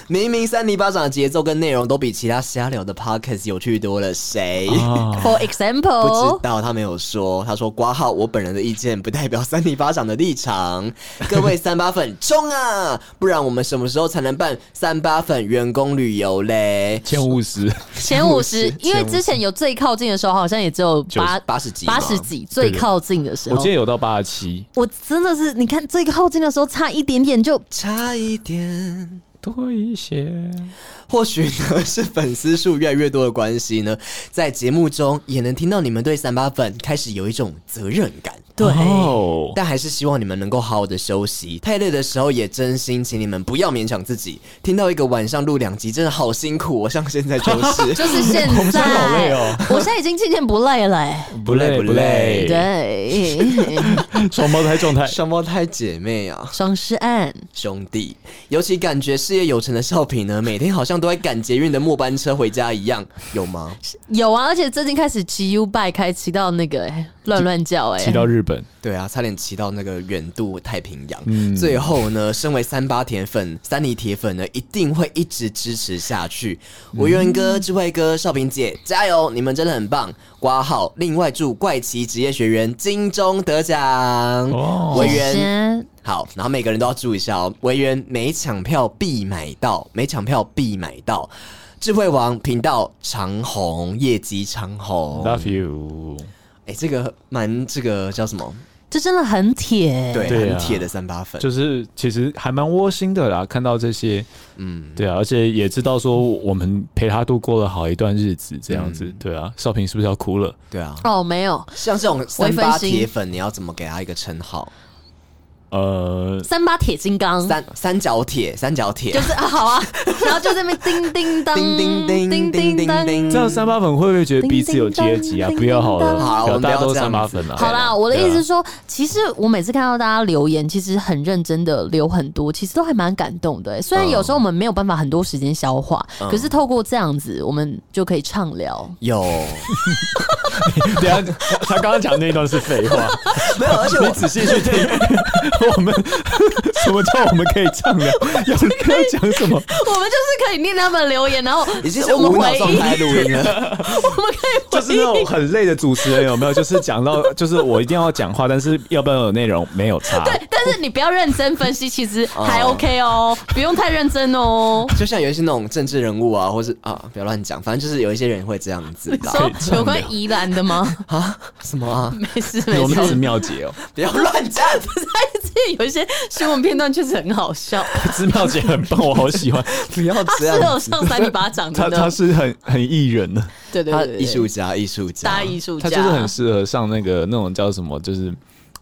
C: 明明三里巴掌的节奏跟内容都比其他瞎聊的 podcast 有趣多了，谁？
B: 啊
A: For
C: 不知
A: example，
C: 道，他没有说。他说：“挂号，我本人的意见不代表三里巴掌的立场。 *laughs* 各位三八粉冲啊！不然我们什么时候才能办三八粉员工旅游嘞？
B: 千五
C: *laughs*
B: 十，
A: 前五十，因为
B: 前50
A: 之前有最靠近的时候，好像也只有八
C: 八十集吗，
A: 八十几，最靠近的时
B: 我
A: 候
B: 记，得有到八十七。
A: 我真的是你看最靠近的时候差一点点就
C: 差一点。”
B: 多一些，
C: 或许呢是粉丝数越来越多的关系呢，在节目中也能听到你们对三八粉开始有一种责任感。
A: 对 *laughs*
B: 哦
C: 但还是希望你们能够好好的休息。太累的时候也真心请你们不要勉强自己。听到一个晚上录两集真的好辛苦，我像现在就。
A: *laughs* 就是是现在，
B: 好累哦
A: 我现在已经渐渐不累了、欸，
B: 不
C: 累
B: 累
C: 不
B: 不
C: 累
B: 累，
A: 对，
B: 双胞胎状态，
C: 双胞胎姐妹啊，
A: 双尸案，
C: 兄弟，尤其感觉事业有成的少平呢，每天好像都在赶捷运的末班车回家一样，有吗？
A: 有啊，而且最近开始骑 U bike，开骑到那个欸乱乱叫哎、
B: 骑到日本，
C: 对啊，差点骑到那个远渡太平洋。
B: 嗯
C: 最后呢，身为三八铁粉、三尼铁粉呢，一定会一直支持下去。
B: 嗯
C: 吴渊哥、智慧哥、少平姐，加油！你们真的很棒。挂号。另外祝怪奇职业学员金钟得奖。
B: 哦
C: 委
A: 谢
C: 员
A: 谢
C: 好，然后每个人都要注意一下哦。维园每抢票必买到，每抢票必买到。智慧王频道长虹，业绩长虹。哎、
B: Love you，
C: 这个蛮这个叫什么？
A: 这真的很铁、欸，
C: 对，
B: 对啊
C: 很铁的三八粉。
B: 就是其实还蛮窝心的啦，看到这些，
C: 嗯
B: 嗯，对啊，而且也知道说我们陪他度过了好一段日子，这样子，
C: 嗯
B: 对啊，少平是不是要哭了？
C: 对啊，
A: 哦，没有
C: 像这种三八
A: 微分心
C: 铁粉，你要怎么给他一个称号？
B: 呃，
A: 三八铁金刚，
C: 三三角铁，三角铁
A: 就，是啊，
C: *laughs*
A: 好啊，然后就在那边叮叮当，
C: 叮叮叮叮叮叮。叮。
B: 这样三八粉会不会觉得彼此有阶级啊？
A: 叮叮当
B: 不要好
A: 叮叮
B: 了，
A: 当
C: 好我们不
B: 大
C: 要
B: 家都
C: 这
B: 是三
C: 样子
B: 八粉啊。
A: 好啦，我的
B: 对
A: 意
B: 啊
A: 思是说，其实我每次看到大家留言，其实很认真的留很多，其实都还蛮感动的欸、虽
B: 嗯
A: 然有时候我们没有办法很多时间消化，可是透过这样子，我们就可以畅
C: *laughs*
A: 聊。
C: 有
B: *laughs* 等一下他刚刚讲的那一段是废 *laughs* 话，
C: 没有？而且我
B: 你仔细去听。我们 *laughs* 什么叫我们可以唱的？要要讲什么？
A: 我们就是可以念他们留言，然后
C: 已经是
A: 我们
C: 无脑
A: 回
C: 状
A: 应，
C: 态录音
A: *laughs*
C: 了。
A: 我们可
B: *laughs* 就
A: 以
B: 是那种很累的主持人有没有？就是讲到， *laughs* 就是我一定要讲话，但是要不然有内容没有差。
A: 对， *laughs* 但是你不要认真分析，其实还 OK 哦，不用太认真哦。
C: 就像有一些那种政治人物啊，或是啊，不要乱讲，反正就是有一些人会这样子
A: 你
C: 吧。
A: 说
B: 畅聊
A: 有关宜兰的吗？
C: 啊？什么啊？
A: 没事
B: 我
A: 没
B: 们那是
A: 事，
B: 妙姐哦， *laughs*
C: 不要乱讲！
A: 但是有一些新闻片段确实很好笑，
B: 是妙姐很棒，我好喜欢。
C: 不要
A: 他
C: 这
A: 是有
C: 样子。
A: 上三里巴掌
B: 她
A: 的
B: 她
A: 呢。
B: 是很很艺人的，
A: 对对
C: 他
A: 对对，
C: 艺术家，艺术家
A: 大，艺术
B: 她
A: 家，
B: 就是很适合上那个那种叫什么，就是。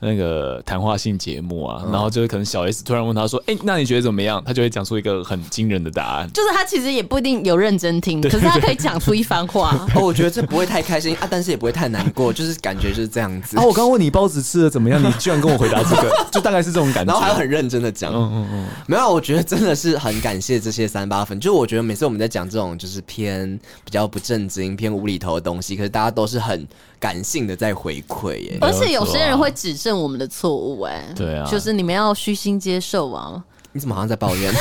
B: 那个谈话性节目啊，然后就是可能小 S 突然问他说：“哎、那你觉得怎么样？”他就会讲出一个很惊人的答案。
A: 就是他其实也不一定有认真听，可是他可以讲出一番话。
C: 哦，我觉得这不会太开心啊，但是也不会太难过，就是感觉就是这样
B: *laughs*
C: 子。
B: 啊，我刚问你包子吃的怎么样，你居然跟我回答这 *laughs* 个，就大概是这种感觉。
C: 然后还有很认真的讲，嗯嗯嗯，没有，我觉得真的是很感谢这些三八粉，就是我觉得每次我们在讲这种就是偏比较不正经、偏无厘头的东西，可是大家都是很感性的在回馈耶。
A: 而且有些人会指正我们的错误，哎，
B: 对啊
A: 就是你们要虚心接受啊。
C: 你怎么好像在
A: *laughs*
C: 抱怨？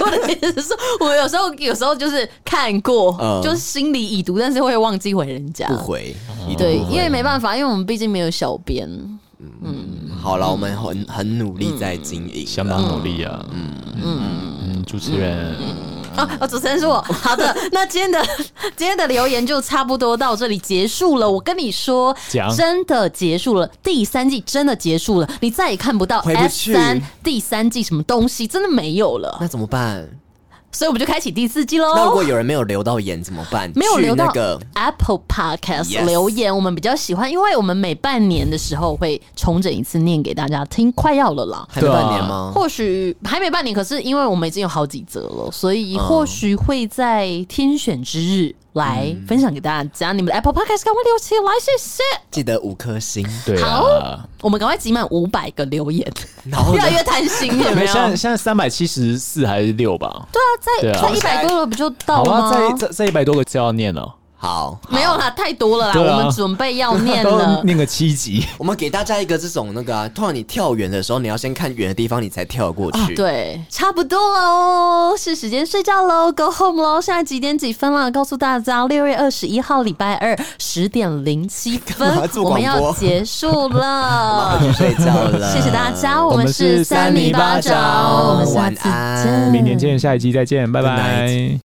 A: 我的意思是说，我有时候有时候就是看过，
C: 嗯
A: 就是心里已读，但是会忘记回人家
C: 不。回，一定
A: 对，
C: 不回嗯
A: 因为没办法，因为我们毕竟没有小编，
C: 好了，我们很很努力在经
A: 嗯
C: 营，
B: 相当努力啊，嗯嗯嗯，主持人，
A: 哦，哦，主持人是我。
C: 嗯
A: 好
C: *laughs*
A: 的，那今天的今天的留言就差不多到这里结束了。我跟你说
B: 讲，
A: 真的结束了，第三季真的结束了，你再也看不到
C: 回
A: F
C: 不去
A: 三第三季什么东西，真的没有了。
C: 那怎么办？
A: 所以我们就开启第四季
C: 那如果
A: 喽。
C: 有人没有留到言怎么办？
A: 哦没有
C: 去
A: 留到
C: 那个
A: Apple Podcast
C: Yes
A: 留言，我们比较喜欢，因为我们每半年的时候会重整一次，念给大家听。快要了啦，
C: 还没
B: 对啊
C: 半年吗？
A: 或许还没半年，可是因为我们已经有好几则了，所以或许会在天选之日来分享给大家。只要你们的 Apple Podcast 赶快留起来，谢谢！
C: 记得五颗星，
B: 对啊
A: 好。我们赶快集满五百个留言，
C: 然后
A: 越
C: 呢
A: 来？越贪心，有
B: 因
A: 没有？
B: 为现在现在三百七十四还是六吧？
A: 对啊，
B: 对
A: 在
B: 啊
A: 在一百多了不就到
B: 好啊
A: 了吗
B: 啊，？再再再一百多个字要念了。
C: 好，好
A: 没有啦，太多了啦，
B: 对啊
A: 我们准备要念
B: *laughs* 都
A: 了。
B: 念个七级。
C: 我们给大家一个这种那个、啊，通常你跳远的时候，你要先看远的地方，你才跳过去。，
A: 啊对，差不多喽，是时间睡觉喽，Go home 喽。现在几点几分了？告诉大家，六月二十一号礼拜二十点零七
C: *laughs* 干嘛
A: 分，
C: 做
A: 我
C: 广播
A: 们要结束了。
C: *laughs* 去睡觉了。
A: 哦 *laughs* 谢谢大家，哦我
B: 我
A: 们
B: 们
A: 是
B: 是
A: 三
B: 三
A: 米
B: 米
A: 巴
B: 巴
A: 掌，
B: 掌
A: 我们下
C: 晚
A: 次
C: 安
A: 见，嗯
B: 明年见，下一期再见，拜
C: Good
B: 拜。
C: night